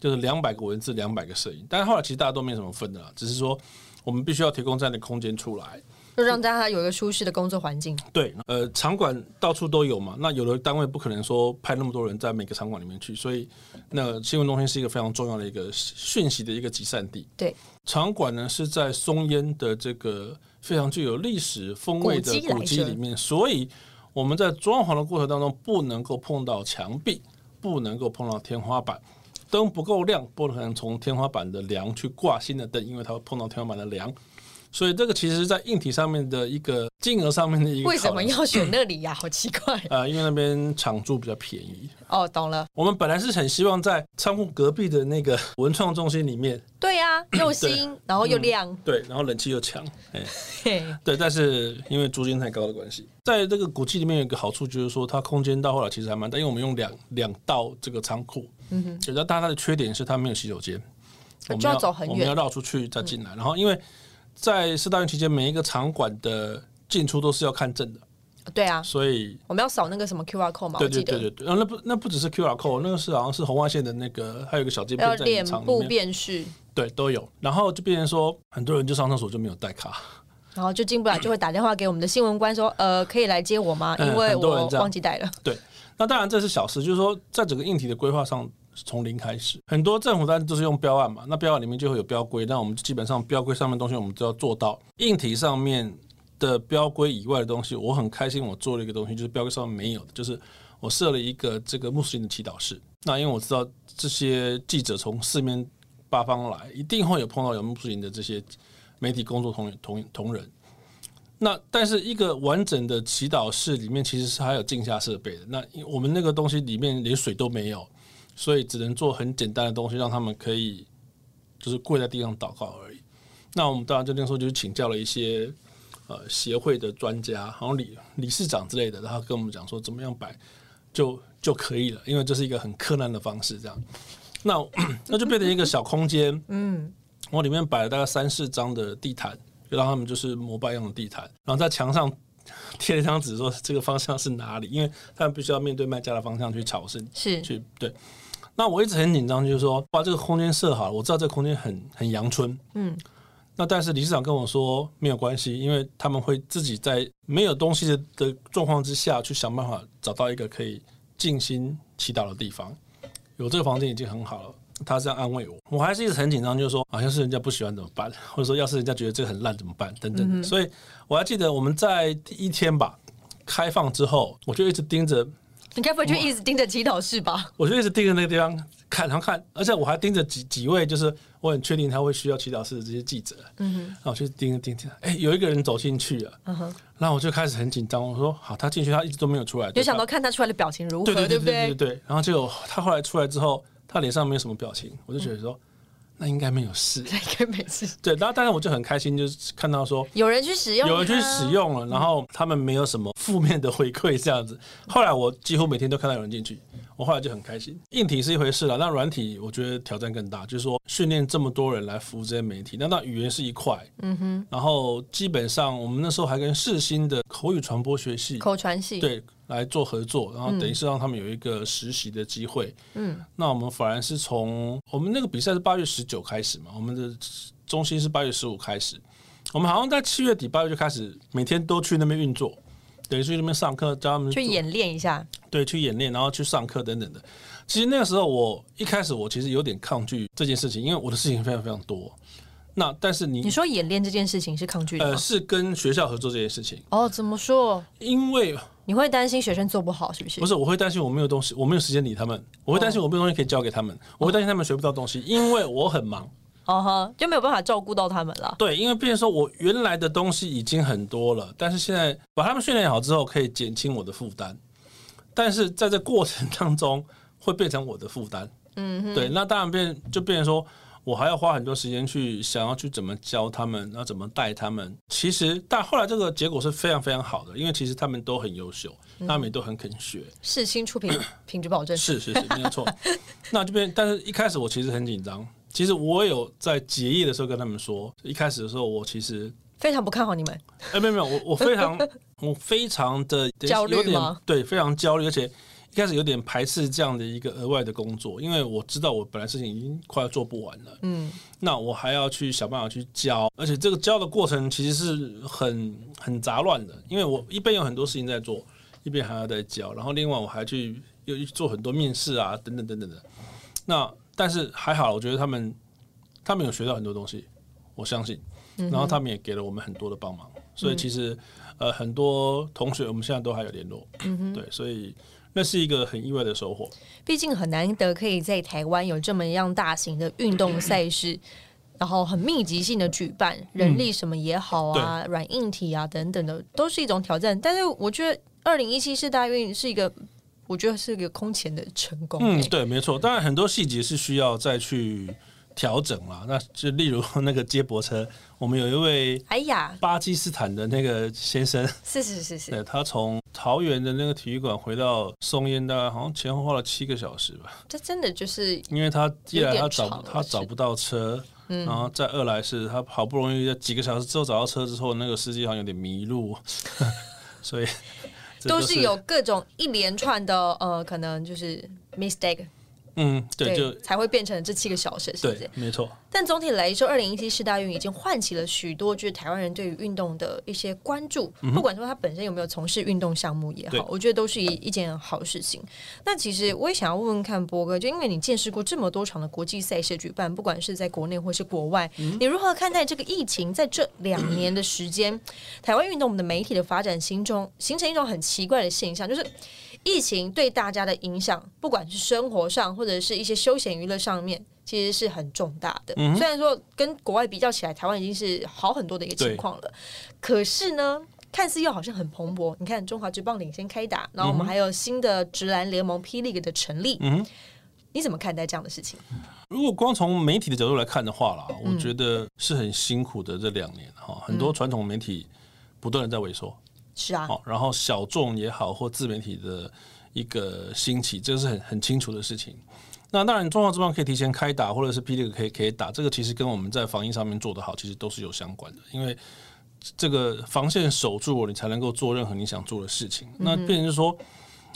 Speaker 2: 就是两百个文字，两百个摄影。但是后来其实大家都没什么分的啦，只是说我们必须要提供这样的空间出来。
Speaker 1: 就让大家有一个舒适的工作环境。
Speaker 2: 对，呃，场馆到处都有嘛，那有的单位不可能说派那么多人在每个场馆里面去，所以那新闻中心是一个非常重要的一个讯息的一个集散地。
Speaker 1: 对，
Speaker 2: 场馆呢是在松烟的这个非常具有历史风味
Speaker 1: 古
Speaker 2: 的
Speaker 1: 迹来着
Speaker 2: 古迹里面，所以我们在装潢的过程当中不能够碰到墙壁，不能够碰到天花板。灯不够亮，不可能从天花板的梁去挂新的灯，因为它会碰到天花板的梁。所以这个其实，在硬体上面的一个金额上面的一个
Speaker 1: 为什
Speaker 2: 考
Speaker 1: 么
Speaker 2: 量
Speaker 1: 要选那里呀、好奇怪
Speaker 2: 呃，因为那边场租比较便宜。
Speaker 1: 哦，懂了。
Speaker 2: 我们本来是很希望在仓库隔壁的那个 文创中心里面，
Speaker 1: 对呀、又
Speaker 2: 嗯
Speaker 1: 新，然后又 亮，
Speaker 2: 对，然后冷气又强，哎，
Speaker 1: 嘿，
Speaker 2: 对，但是因为租金太高的关系，在这个古迹里面有一个好处就是说，它空间到后来其实还蛮大，因为我们用两两道这个仓库，嗯哼，比较大它的缺点是它没有洗手间，我们
Speaker 1: 就要走很
Speaker 2: 我们要
Speaker 1: 远。嗯
Speaker 2: 绕出去再进来。然后因为在四大运期间，每一个场馆的进出都是要看证的，
Speaker 1: 对啊，
Speaker 2: 所以
Speaker 1: 我们要扫那个什么 QR code 嘛，我
Speaker 2: 对对
Speaker 1: 记
Speaker 2: 对
Speaker 1: 得
Speaker 2: 对对，然后那不那不只是 QR code，那个是好像是红外线的那个，还有一个小金
Speaker 1: 要
Speaker 2: 边在你
Speaker 1: 脸
Speaker 2: 场里
Speaker 1: 部
Speaker 2: 面，
Speaker 1: 辨识，
Speaker 2: 对都有。然后就变成说，很多人就上厕所就没有带卡，
Speaker 1: 然后就进不来，就会打电话给我们的新闻官说，呃，可以来接我吗？
Speaker 2: 嗯
Speaker 1: 因为
Speaker 2: 很多
Speaker 1: 我
Speaker 2: 人这样
Speaker 1: 忘记带了。
Speaker 2: 对。那当然这是小事，就是说在整个硬体的规划上。从零开始，很多政府单都是用标案嘛，那标案里面就会有标规，那我们基本上标规上面的东西我们都要做到。硬体上面的标规以外的东西，我很开心，我做了一个东西，就是标规上面没有的，就是我设了一个这个穆斯林的祈祷室。那因为我知道这些记者从四面八方来，一定会有碰到有穆斯林的这些媒体工作同同同仁。那但是一个完整的祈祷室里面其实是还有镜下设备的。那因我们那个东西里面连水都没有，所以只能做很简单的东西，让他们可以就是跪在地上祷告而已。那我们当然就那时候就请教了一些呃协会的专家，好像理呃理事长之类的，然后跟我们讲说怎么样摆就就可以了，因为这是一个很困难的方式。这样，那那就变成一个小空间，嗯，我里面摆了大概三四张的地毯，就让他们就是膜拜用的地毯，然后在墙上。 贴了一张纸说这个方向是哪里，因为他们必须要面对卖家的方向去朝圣，
Speaker 1: 是
Speaker 2: 去对。那我一直很紧张，就是说把这个空间设好了，我知道这个空间很很阳春，嗯。那但是理事长跟我说没有关系，因为他们会自己在没有东西的的状况之下去想办法找到一个可以静心祈祷的地方。有这个房间已经很好了，他这样安慰我，我还是一直很紧张，就是说好像是人家不喜欢怎么办，或者说要是人家觉得这个很烂怎么办等等的。所以我还记得我们在第一天吧开放之后，我就一直盯着
Speaker 1: 你该不会就一直盯着祈祷室吧？
Speaker 2: 我就一直盯着那个地方看，然后看，而且我还盯着几几位，就是我很确定他会需要祈祷室的这些记者，嗯哼，然后我就盯着盯着，哎、有一个人走进去了，嗯哼，然后我就开始很紧张，我说好，他进去，他一直都没有出来，
Speaker 1: 就
Speaker 2: 对吧
Speaker 1: 想到看他出来的表情如何，
Speaker 2: 对对
Speaker 1: 不
Speaker 2: 嗯对对？对，然后结果他后来出来之后，他脸上没有什么表情，我就觉得说，那应该没有事。
Speaker 1: 应该没事。
Speaker 2: 对，然后当然我就很开心，就是看到说
Speaker 1: 有人去使用，
Speaker 2: 有嗯人去使，用了，然后他们没有什么负面的回馈这样子。后来我几乎每天都看到有人进去，我后来就很开心。硬体是一回事了，那软体我觉得挑战更大，就是说训练这么多人来服务这些媒体，那那语言是一块，嗯哼，然后基本上我们那时候还跟世新的口语传播学系
Speaker 1: 口传系，
Speaker 2: 对来做合作，然后等于是让他们有一个实习的机会。
Speaker 1: 嗯，
Speaker 2: 那我们反而是从我们那个比赛是八月十九开始嘛，我们的中心是八月十五开始，我们好像在七月底八月就开始每天都去那边运作，等于去那边上课，教他们
Speaker 1: 去
Speaker 2: 做
Speaker 1: 演练一下，
Speaker 2: 对，去演练，然后去上课等等的。其实那个时候我一开始我其实有点抗拒这件事情，因为我的事情非常非常多。那但是
Speaker 1: 你
Speaker 2: 你
Speaker 1: 说演练这件事情是抗拒的
Speaker 2: 呃
Speaker 1: 吗？
Speaker 2: 是跟学校合作这件事情，
Speaker 1: 哦，怎么说？
Speaker 2: 因为
Speaker 1: 你会担心学生做不好，是不是？
Speaker 2: 不是，我会担心我没有东西，我没有时间理他们，我会担心我没有东西可以教给他们，我会担心他们学不到东西，因为我很忙。
Speaker 1: 哦哈，就没有办法照顾到他们了。
Speaker 2: 对，因为变成说我原来的东西已经很多了，但是现在把他们训练好之后，可以减轻我的负担，但是在这过程当中会变成我的负担。嗯，对，那当然变就变成说。我还要花很多时间去想要去怎么教他们，然后怎么带他们。其实，但后来这个结果是非常非常好的，因为其实他们都很优秀，他们也都很肯学。
Speaker 1: 世新出 品品质保证，
Speaker 2: 是是是，没有错。那这边，但是一开始我其实很紧张。其实我有在结业的时候跟他们说，一开始的时候我其实，
Speaker 1: 非常不看好你们。
Speaker 2: 哎、没有没有，我我非常我非常的
Speaker 1: 焦虑
Speaker 2: 有点
Speaker 1: 吗
Speaker 2: 对，非常焦虑，而且一开始有点排斥这样的一个额外的工作，因为我知道我本来事情已经快要做不完了，
Speaker 1: 嗯，
Speaker 2: 那我还要去想办法去教，而且这个教的过程其实是很很杂乱的，因为我一边有很多事情在做，一边还要在教，然后另外我还去又去做很多面试啊，等等等等的。那但是还好，我觉得他们他们有学到很多东西，我相信，然后他们也给了我们很多的帮忙，所以其实呃很多同学我们现在都还有联络，对，所以那是一个很意外的收获。
Speaker 1: 毕竟很难得可以在台湾有这么样大型的运动赛 事，然后很密集性的举办，人
Speaker 2: 嗯
Speaker 1: 力什么也好啊，软硬体啊等等的，都是一种挑战。但是我觉得二零一七世大运是一个，我觉得是一个空前的成功、
Speaker 2: 嗯，
Speaker 1: 欸
Speaker 2: 对，没错。当然，很多细节是需要再去调整啦。那就例如那个接驳车，我们有一位
Speaker 1: 哎呀，
Speaker 2: 巴基斯坦的那个先生，
Speaker 1: 是是是是，
Speaker 2: 对他从桃园的那个体育馆回到松烟，大概好像前后花了七个小时吧。
Speaker 1: 这真的就是
Speaker 2: 因为他一
Speaker 1: 有
Speaker 2: 来
Speaker 1: 点
Speaker 2: 他找
Speaker 1: 长
Speaker 2: 不
Speaker 1: 了
Speaker 2: 他
Speaker 1: 是嗯
Speaker 2: 找不到车，然后再二来是他好不容易在几个小时之后找到车之后，那个司机好像有点迷路， 所以这
Speaker 1: 都
Speaker 2: 就是
Speaker 1: 有各种一连串的呃，可能就是 mistake，
Speaker 2: 嗯，对，就
Speaker 1: 才会变成这七个小时，是不是
Speaker 2: 对？，没错。
Speaker 1: 但总体来说，二零一七世大运已经唤起了许多就是台湾人对于运动的一些关注，不管说他本身有没有从事运动项目也
Speaker 2: 对
Speaker 1: 好，我觉得都是一一件好事情。那其实我也想要问问看波哥，就因为你见识过这么多场的国际赛事举办，不管是在国内或是国外，你如何看待这个疫情在这两年的时间，台湾运动我们的媒体的发展心中形成一种很奇怪的现象，就是疫情对大家的影响，不管是生活上或者是一些休闲娱乐上面，其实是很重大的。虽然说跟国外比较起来，台湾已经是好很多的一个情况了，可是呢，看似又好像很蓬勃。你看，中华职棒领先开打，然后我们还有新的职篮联盟霹雳的成立，
Speaker 2: 嗯嗯哼
Speaker 1: 你怎么看待这样的事情？
Speaker 2: 如果光从媒体的角度来看的话啦，
Speaker 1: 嗯
Speaker 2: 我觉得是很辛苦的这两年哈，很多传统媒体不断的在萎缩，
Speaker 1: 是啊，
Speaker 2: 好，然后小众也好或自媒体的一个兴起，这是很很清楚的事情。那当然，中华之棒可以提前开打，或者是 P l 可以可以打，这个其实跟我们在防疫上面做得好，其实都是有相关的，因为这个防线守住了，你才能够做任何你想做的事情。那变成是说，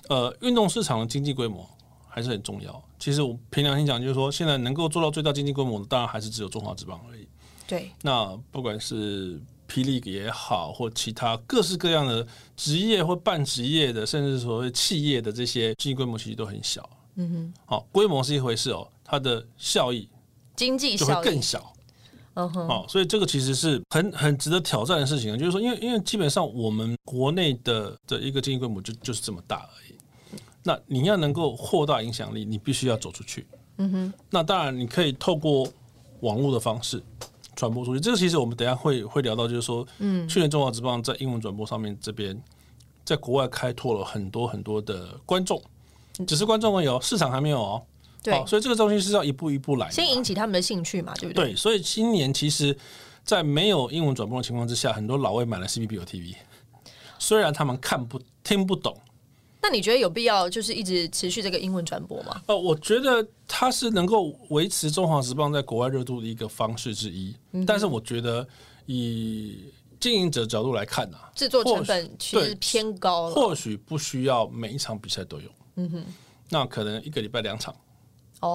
Speaker 2: 呃，运动市场的经济规模还是很重要。其实我凭良心讲，就是说，现在能够做到最大经济规模的，当然还是只有中华之棒而已。
Speaker 1: 对，
Speaker 2: 那不管是霹雳也好，或其他各式各样的职业或半职业的，甚至所谓企业的这些经济规模其实都很小。嗯哼，好、规模是一回事哦，它的效益
Speaker 1: 经济
Speaker 2: 就
Speaker 1: 效
Speaker 2: 会
Speaker 1: 益
Speaker 2: 更，小。
Speaker 1: 嗯哼，
Speaker 2: 哦，所以这个其实是很很值得挑战的事情，啊就是说，因为因为基本上我们国内的的一个经济规模就就是这么大而已。那你要能够扩大影响力，你必须要走出去。嗯哼。那当然，你可以透过网络的方式传播出去。这个其实我们等一下会会聊到，就是说，嗯，去年中华职棒在英文转播上面这边，嗯在国外开拓了很多很多的观众，只是观众而已哦，市场还没有哦。
Speaker 1: 对
Speaker 2: 好所以这个东西是要一步一步来的嘛，
Speaker 1: 先引起他们的兴趣嘛，对不对？
Speaker 2: 对，所以今年其实，在没有英文转播的情况之下，很多老外买了 CPB 有 TV，虽然他们看不听不懂，
Speaker 1: 那你觉得有必要就是一直持续这个英文转播吗？
Speaker 2: 呃，我觉得它是能够维持中华职棒在国外热度的一个方式之一。但是我觉得以经营者角度来看啊，
Speaker 1: 制作成
Speaker 2: 或
Speaker 1: 本
Speaker 2: 许
Speaker 1: 其实偏高了
Speaker 2: 或许不需要每一场比赛都有。嗯哼，那可能一个礼拜两场。哦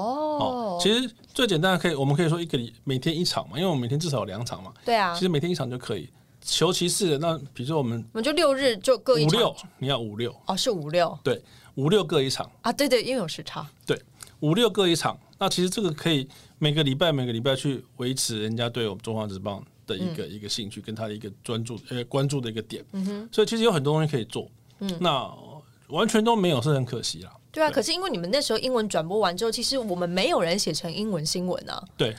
Speaker 1: 哦，。
Speaker 2: 其实最简单的可以，我们可以说一个礼每天一场嘛，因为我们每天至少有两场嘛。
Speaker 1: 对啊
Speaker 2: 其，实每天一场就可以。求其次的，那比如说我们
Speaker 1: 我们就六日就各一
Speaker 2: 五
Speaker 1: 场
Speaker 2: 六，你要五六，
Speaker 1: 哦，是五六
Speaker 2: 对，五六各一场，
Speaker 1: 啊，对对，因为有时差，
Speaker 2: 对，五六各一场。那其实这个可以每个礼拜每个礼拜去维持人家对我们中华职棒的一
Speaker 1: 嗯
Speaker 2: 个、一个兴趣，跟他的一个专注呃关注的一个点。所以其实有很多东西可以做。
Speaker 1: 嗯
Speaker 2: 那完全都没有是很可惜啦。
Speaker 1: 对啊。可是因为你们那时候英文转播完之后，其实我们没有人写成英文新闻啊，
Speaker 2: 对，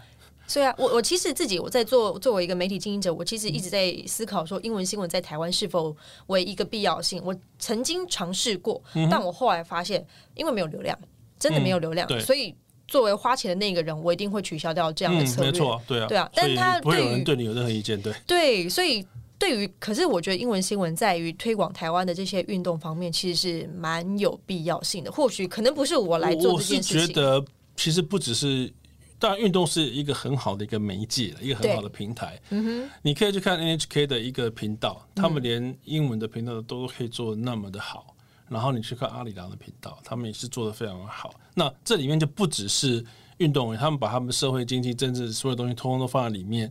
Speaker 1: 所以啊，我我其实自己我在做作为一个媒体经营者，我其实一直在思考说，英文新闻在台湾是否为一个必要性。我曾经尝试过，
Speaker 2: 嗯
Speaker 1: 但我后来发现，因为没有流量，真的没有流量，
Speaker 2: 嗯对
Speaker 1: 所以作为花钱的那个人，我一定会取消掉这样的
Speaker 2: 嗯，
Speaker 1: 策略。
Speaker 2: 没错啊，对啊，
Speaker 1: 对啊
Speaker 2: 所以
Speaker 1: 但他
Speaker 2: 不会有人
Speaker 1: 对
Speaker 2: 对你有任何意见，对，
Speaker 1: 对，所以对于，可是我觉得英文新闻在于推广台湾的这些运动方面，其实是蛮有必要性的。或许可能不是我来
Speaker 2: 我
Speaker 1: 做
Speaker 2: 我
Speaker 1: 这
Speaker 2: 是
Speaker 1: 件事
Speaker 2: 觉
Speaker 1: 情，
Speaker 2: 得其实不只是，当然运动是一个很好的一个媒介，一个很
Speaker 1: 对嗯
Speaker 2: 好的平台。你可以去看 NHK 的一个频道，他们连英文的频道都可以做得那么的好。然后你去看阿里郎的频道，他们也是做的非常的好。那这里面就不只是运动员，他们把他们社会、经济、政治所有东西通通都放在里面。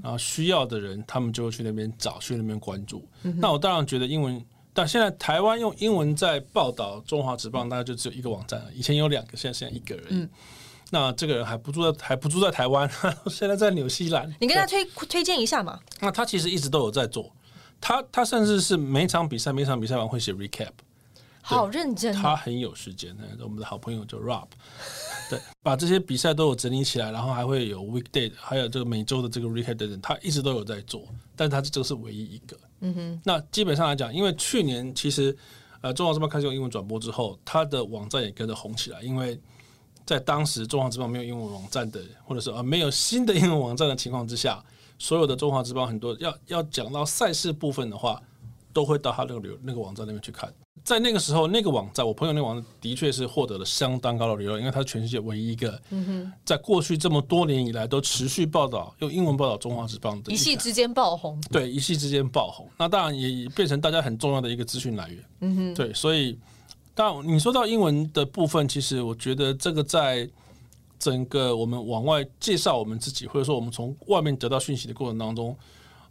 Speaker 2: 然后需要的人，他们就会去那边找，去那边关注。那我当然觉得英文，但现在台湾用英文在报道中华职棒，大概就只有一个网站了，以前有两个，现在现在一个而已。那这个人还不住在还不住在台湾， 现在在纽西兰。
Speaker 1: 你跟他
Speaker 2: 对
Speaker 1: 推推荐一下嘛？
Speaker 2: 那他其实一直都有在做，他他甚至是每场比赛每场比赛完会写 recap，
Speaker 1: 好认真哦、
Speaker 2: 他很有时间。那我们的好朋友叫 Rob，对， 把这些比赛都有整理起来，然后还会有 weekday，还有这个每周的这个 recap 等等，他一直都有在做，但他这个是唯一一个。嗯哼，那基本上来讲，因为去年其实呃中华之棒开始用英文转播之后，他的网站也跟着红起来，因为。在当时中华之棒没有英文网站的，或者是啊没有新的英文网站的情况之下，所有的中华之棒很多要要讲到赛事部分的话，都会到他那个流那个网站那边去看。在那个时候，那个网站，我朋友那个网站的确是获得了相当高的流量，因为它是全世界唯一一个，在过去这么多年以来都持续报道用英文报道中华职棒的
Speaker 1: 一
Speaker 2: 个
Speaker 1: 夕之间爆红，
Speaker 2: 对一夕之间爆红，那当然也变成大家很重要的一个资讯来源。嗯哼，对，所以当然你说到英文的部分，其实我觉得这个在整个我们往外介绍我们自己，或者说我们从外面得到讯息的过程当中，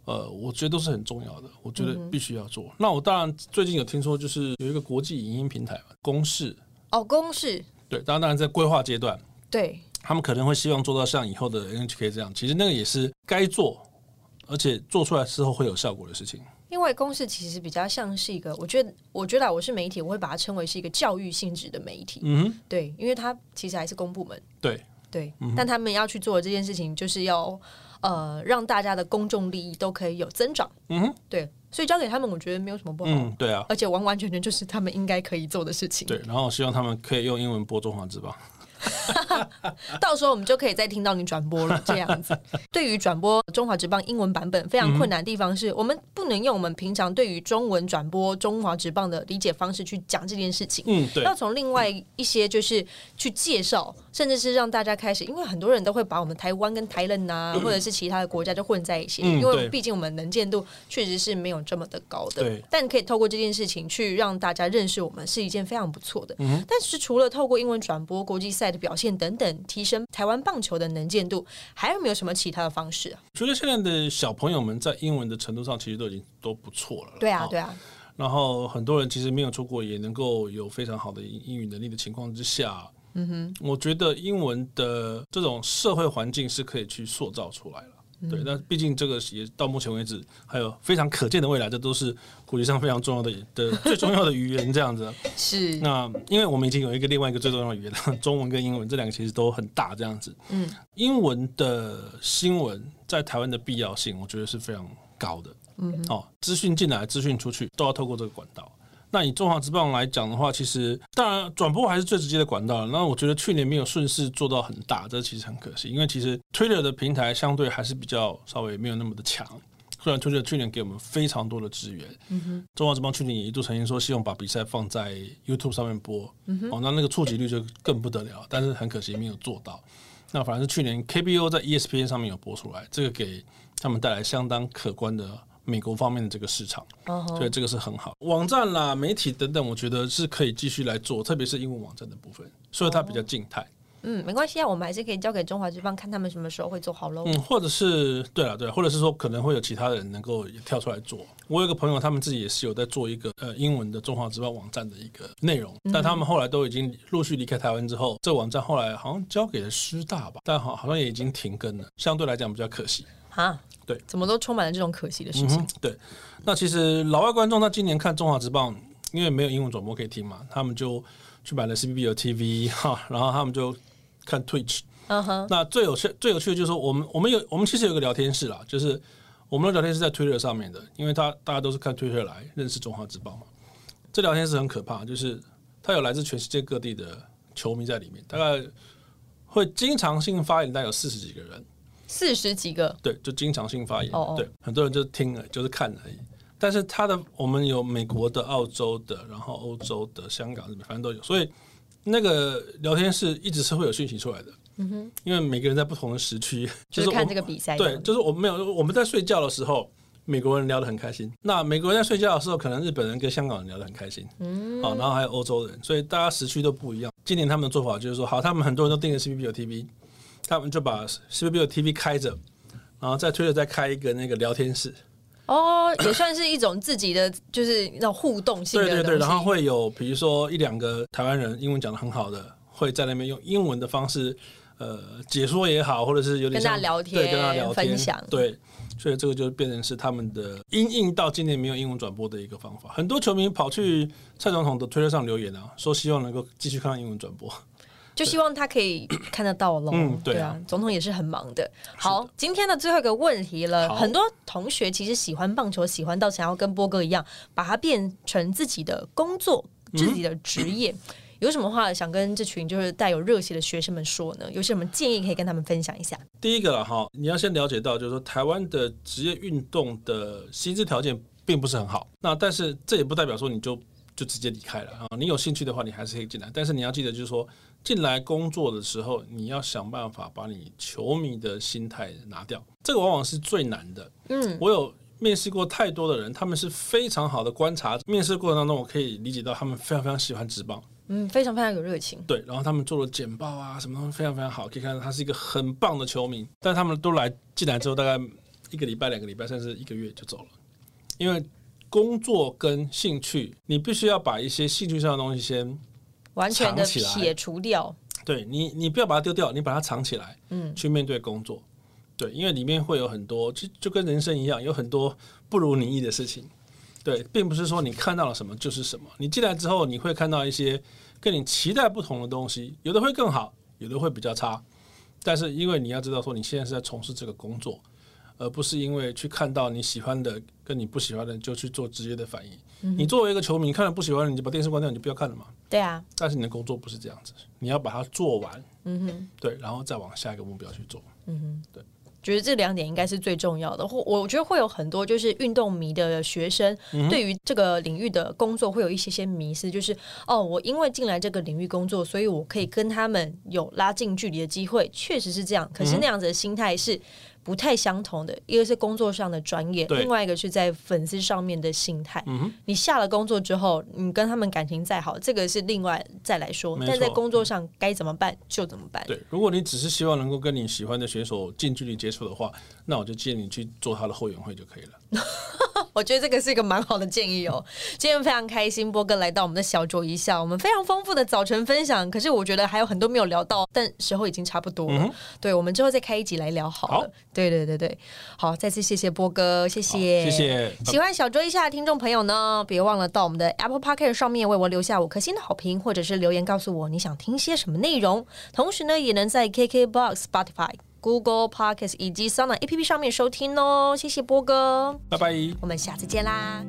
Speaker 2: 呃，我觉得都是很重要的，我觉得必须要做。那我当然最近有听说，就是有一个国际影音平台嘛，公视，
Speaker 1: 哦，公式
Speaker 2: 对，当然当然在规划阶段，
Speaker 1: 对，
Speaker 2: 他们可能会希望做到像以后的 NHK 这样，其实那个也是该做，而且做出来之后会有效果的事情。
Speaker 1: 因为公式其实比较像是一个，我觉得，我觉得啊我是媒体，我会把它称为是一个教育性质的媒体，
Speaker 2: 嗯哼，嗯
Speaker 1: 对，因为它其实还是公部门，
Speaker 2: 对，
Speaker 1: 对，但他们要去做的这件事情，就是要呃让大家的公众利益都可以有增长，
Speaker 2: 嗯哼，
Speaker 1: 对，所以交给他们，我觉得没有什么不好，
Speaker 2: 嗯，对啊，
Speaker 1: 而且完完全全就是他们应该可以做的事情，
Speaker 2: 对，，然后我希望他们可以用英文播中华之棒。
Speaker 1: 到时候我们就可以再听到你转播了，这样子。对于转播中华职棒英文版本非常困难的地方是，我们不能用我们平常对于中文转播中华职棒的理解方式去讲这件事情。
Speaker 2: 嗯，对
Speaker 1: 要，从另外一些就是去介绍，甚至是让大家开始，因为很多人都会把我们台湾跟台湾呐、或者是其他的国家就混在一起，
Speaker 2: 嗯
Speaker 1: 因为
Speaker 2: 对
Speaker 1: 毕竟我们能见度确实是没有这么的高的
Speaker 2: 对。
Speaker 1: 但可以透过这件事情去让大家认识我们，是一件非常不错的。
Speaker 2: 嗯
Speaker 1: 但是除了透过英文转播、国际赛的表现等等，提升台湾棒球的能见度，还有没有什么其他的方式啊？
Speaker 2: 觉得现在的小朋友们在英文的程度上其实都已经都不错了啦。
Speaker 1: 对啊，
Speaker 2: 哦
Speaker 1: 对啊，
Speaker 2: 然后很多人其实没有出国，也能够有非常好的英英语能力的情况之下，嗯哼，我觉得英文的这种社会环境是可以去塑造出来了。对，那毕竟这个也到目前为止还有非常可见的未来，这都是国际上非常重要的的最重要的语言这样子。
Speaker 1: 是
Speaker 2: 那因为我们已经有一个另外一个最重要的语言了， 中文跟英文这两个其实都很大这样子。嗯，英文的新闻在台湾的必要性，我觉得是非常高的。嗯，哦，资讯进来、资讯出去都要透过这个管道。那以中华职棒来讲的话，其实当然转播还是最直接的管道了。那我觉得去年没有顺势做到很大，这其实很可惜，因为其实 Twitter 的平台相对还是比较稍微没有那么的强。虽然 Twitter 去年给我们非常多的资源，中华职棒去年也一度曾经说希望把比赛放在 YouTube 上面播，哦，那那个触及率就更不得了，但是很可惜没有做到。那反而是去年 KBO 在 E ESPN 上面有播出来，这个给他们带来相当可观的美国方面的这个市场，
Speaker 1: 嗯哦
Speaker 2: 所以这个是很好。网站啦、媒体等等，我觉得是可以继续来做，特别是英文网站的部分，所以它比较静态。
Speaker 1: 嗯，没关系啊，我们还是可以交给中华之棒，看他们什么时候会做好喽。
Speaker 2: 嗯，或者是对了，对啦，或者是说可能会有其他人能够也跳出来做。我有一个朋友，他们自己也是有在做一个呃英文的中华职棒网站的一个内容，但他们后来都已经陆续离开台湾之后，这网站后来好像交给了师大吧，但好好像也已经停更了，相对来讲比较可惜。
Speaker 1: 哈，
Speaker 2: 对，
Speaker 1: 怎么都充满了这种可惜的事
Speaker 2: 嗯
Speaker 1: 情。
Speaker 2: 哼，对。那其实老外观众他今年看中华职棒，因为没有英文转播可以听嘛，他们就去买了 CBB 的 TV 哈，然后他们就看 Twitch。
Speaker 1: 嗯哼，
Speaker 2: 那最有趣、最有趣的就是说，我们我们有我们其实有个聊天室啦，就是我们的聊天室在 Twitter 上面的，因为他大家都是看 Twitter 来认识中华职棒嘛。这聊天室很可怕，就是它有来自全世界各地的球迷在里面，大概会经常性发言，大概有四十几个人。
Speaker 1: 四十几个，
Speaker 2: 对，就经常性发言，
Speaker 1: 哦哦
Speaker 2: 对，很多人就听了，就是看而已。但是他的，我们有美国的、澳洲的，然后欧洲的、香港、日本，反正都有，所以那个聊天室一直是会有讯息出来的。嗯哼，因为每个人在不同的时区，
Speaker 1: 就是
Speaker 2: 我
Speaker 1: 看
Speaker 2: 们
Speaker 1: 这个比赛。
Speaker 2: 对，，就是我们没有我们在睡觉的时候，美国人聊得很开心。那美国人在睡觉的时候，可能日本人跟香港人聊得很开心。嗯，好，然后还有欧洲人，所以大家时区都不一样。今年他们的做法就是说，好，他们很多人都订了 CBB 有 TV，他们就把 CBB 有 TV 开着，然后在推着再开一个那个聊天室。
Speaker 1: 哦，也算是一种自己的，就是那种互动性的
Speaker 2: 对对对，
Speaker 1: 东西
Speaker 2: 然后会有比如说一两个台湾人英文讲得很好的，会在那边用英文的方式，呃，解说也好，或者是有点
Speaker 1: 跟大
Speaker 2: 像
Speaker 1: 家聊天
Speaker 2: 对，跟他聊天
Speaker 1: 分享
Speaker 2: 对。所以这个就变成是他们的因应到今年没有英文转播的一个方法。很多球迷跑去蔡总统的推特上留言啊，说希望能够继续看到英文转播。
Speaker 1: 就希望他可以看得到喽。
Speaker 2: 嗯对啊
Speaker 1: 啊，总统也是很忙的。好，今天的最后一个问题了，
Speaker 2: 好
Speaker 1: 很多同学其实喜欢棒球，喜欢到想要跟波哥一样，把它变成自己的工作、
Speaker 2: 嗯
Speaker 1: 自己的职业。有什么话想跟这群就是带有热血的学生们说呢？有什么建议可以跟他们分享一下？
Speaker 2: 第一个了哈，你要先了解到，就是说台湾的职业运动的薪资条件并不是很好。那但是这也不代表说你就就直接离开了啊。你有兴趣的话，你还是可以进来，但是你要记得，就是说进来工作的时候，你要想办法把你球迷的心态拿掉，这个往往是最难的。嗯，我有。面试过太多的人，他们是非常好的观察。面试过程当中，我可以理解到他们非常非常喜欢职棒，
Speaker 1: 嗯，非常非常有热情。
Speaker 2: 对，然后他们做了简报啊，什么东西非常非常好，可以看到他是一个很棒的球迷。但他们都来进来之后，大概一个礼拜、两个礼拜，甚至一个月就走了，因为工作跟兴趣，你必须要把一些兴趣上的东西先
Speaker 1: 完全的
Speaker 2: 藏起来
Speaker 1: 撇除掉。
Speaker 2: 对你，你不要把它丢掉，你把它藏起来，嗯，去面对工作。对，因为里面会有很多，就就跟人生一样，有很多不如你意的事情。对，并不是说你看到了什么就是什么。你进来之后，你会看到一些跟你期待不同的东西，有的会更好，有的会比较差。但是因为你要知道说，你现在是在从事这个工作，而不是因为去看到你喜欢的跟你不喜欢的就去做直接的反应。你作为一个球迷，你看了不喜欢的，你就把电视关掉，你就不要看了嘛。
Speaker 1: 对啊，
Speaker 2: 但是你的工作不是这样子，你要把它做完，嗯哼，对，然后再往下一个目标去做。
Speaker 1: 觉得这两点应该是最重要的。或我觉得会有很多就是运动迷的学生，
Speaker 2: 嗯
Speaker 1: 对于这个领域的工作会有一些些迷失，就是哦，我因为进来这个领域工作，所以我可以跟他们有拉近距离的机会，确实是这样。可
Speaker 2: 嗯
Speaker 1: 是那样子的心态是。不太相同的，一个是工作上的专业，
Speaker 2: 对嗯
Speaker 1: 另外一个是在粉丝上面的心态。你下了工作之后，你跟他们感情再好，这个是另外再来说。
Speaker 2: 没
Speaker 1: 但在
Speaker 2: 错
Speaker 1: 工作上该怎么办就怎么办。
Speaker 2: 对，如果你只是希望能够跟你喜欢的选手近距离接触的话，那我就建议你去做他的后援会就可以了。
Speaker 1: 我觉得这个是一个蛮好的建议哦。 今天非常开心，波哥来到我们的小酌一下，我们非常丰富的早晨分享。可是我觉得还有很多没有聊到，但时候已经差不多了。对，我们之后再开一集来聊好了。
Speaker 2: 好
Speaker 1: 对对对对，好，再次谢谢波哥，谢
Speaker 2: 好
Speaker 1: 谢，
Speaker 2: 谢谢，拜拜
Speaker 1: 喜欢小酌一下的听众朋友呢，别忘了到我们的 Apple p o c a s t 上面为我留下五颗星的好评，或者是留言告诉我你想听些什么内容。同时呢，也能在 KKBox、Spotify、Google p o d c a s t 以及 s o n a APP 上面收听哦。谢谢波哥，
Speaker 2: 拜拜。
Speaker 1: 我们下次见啦，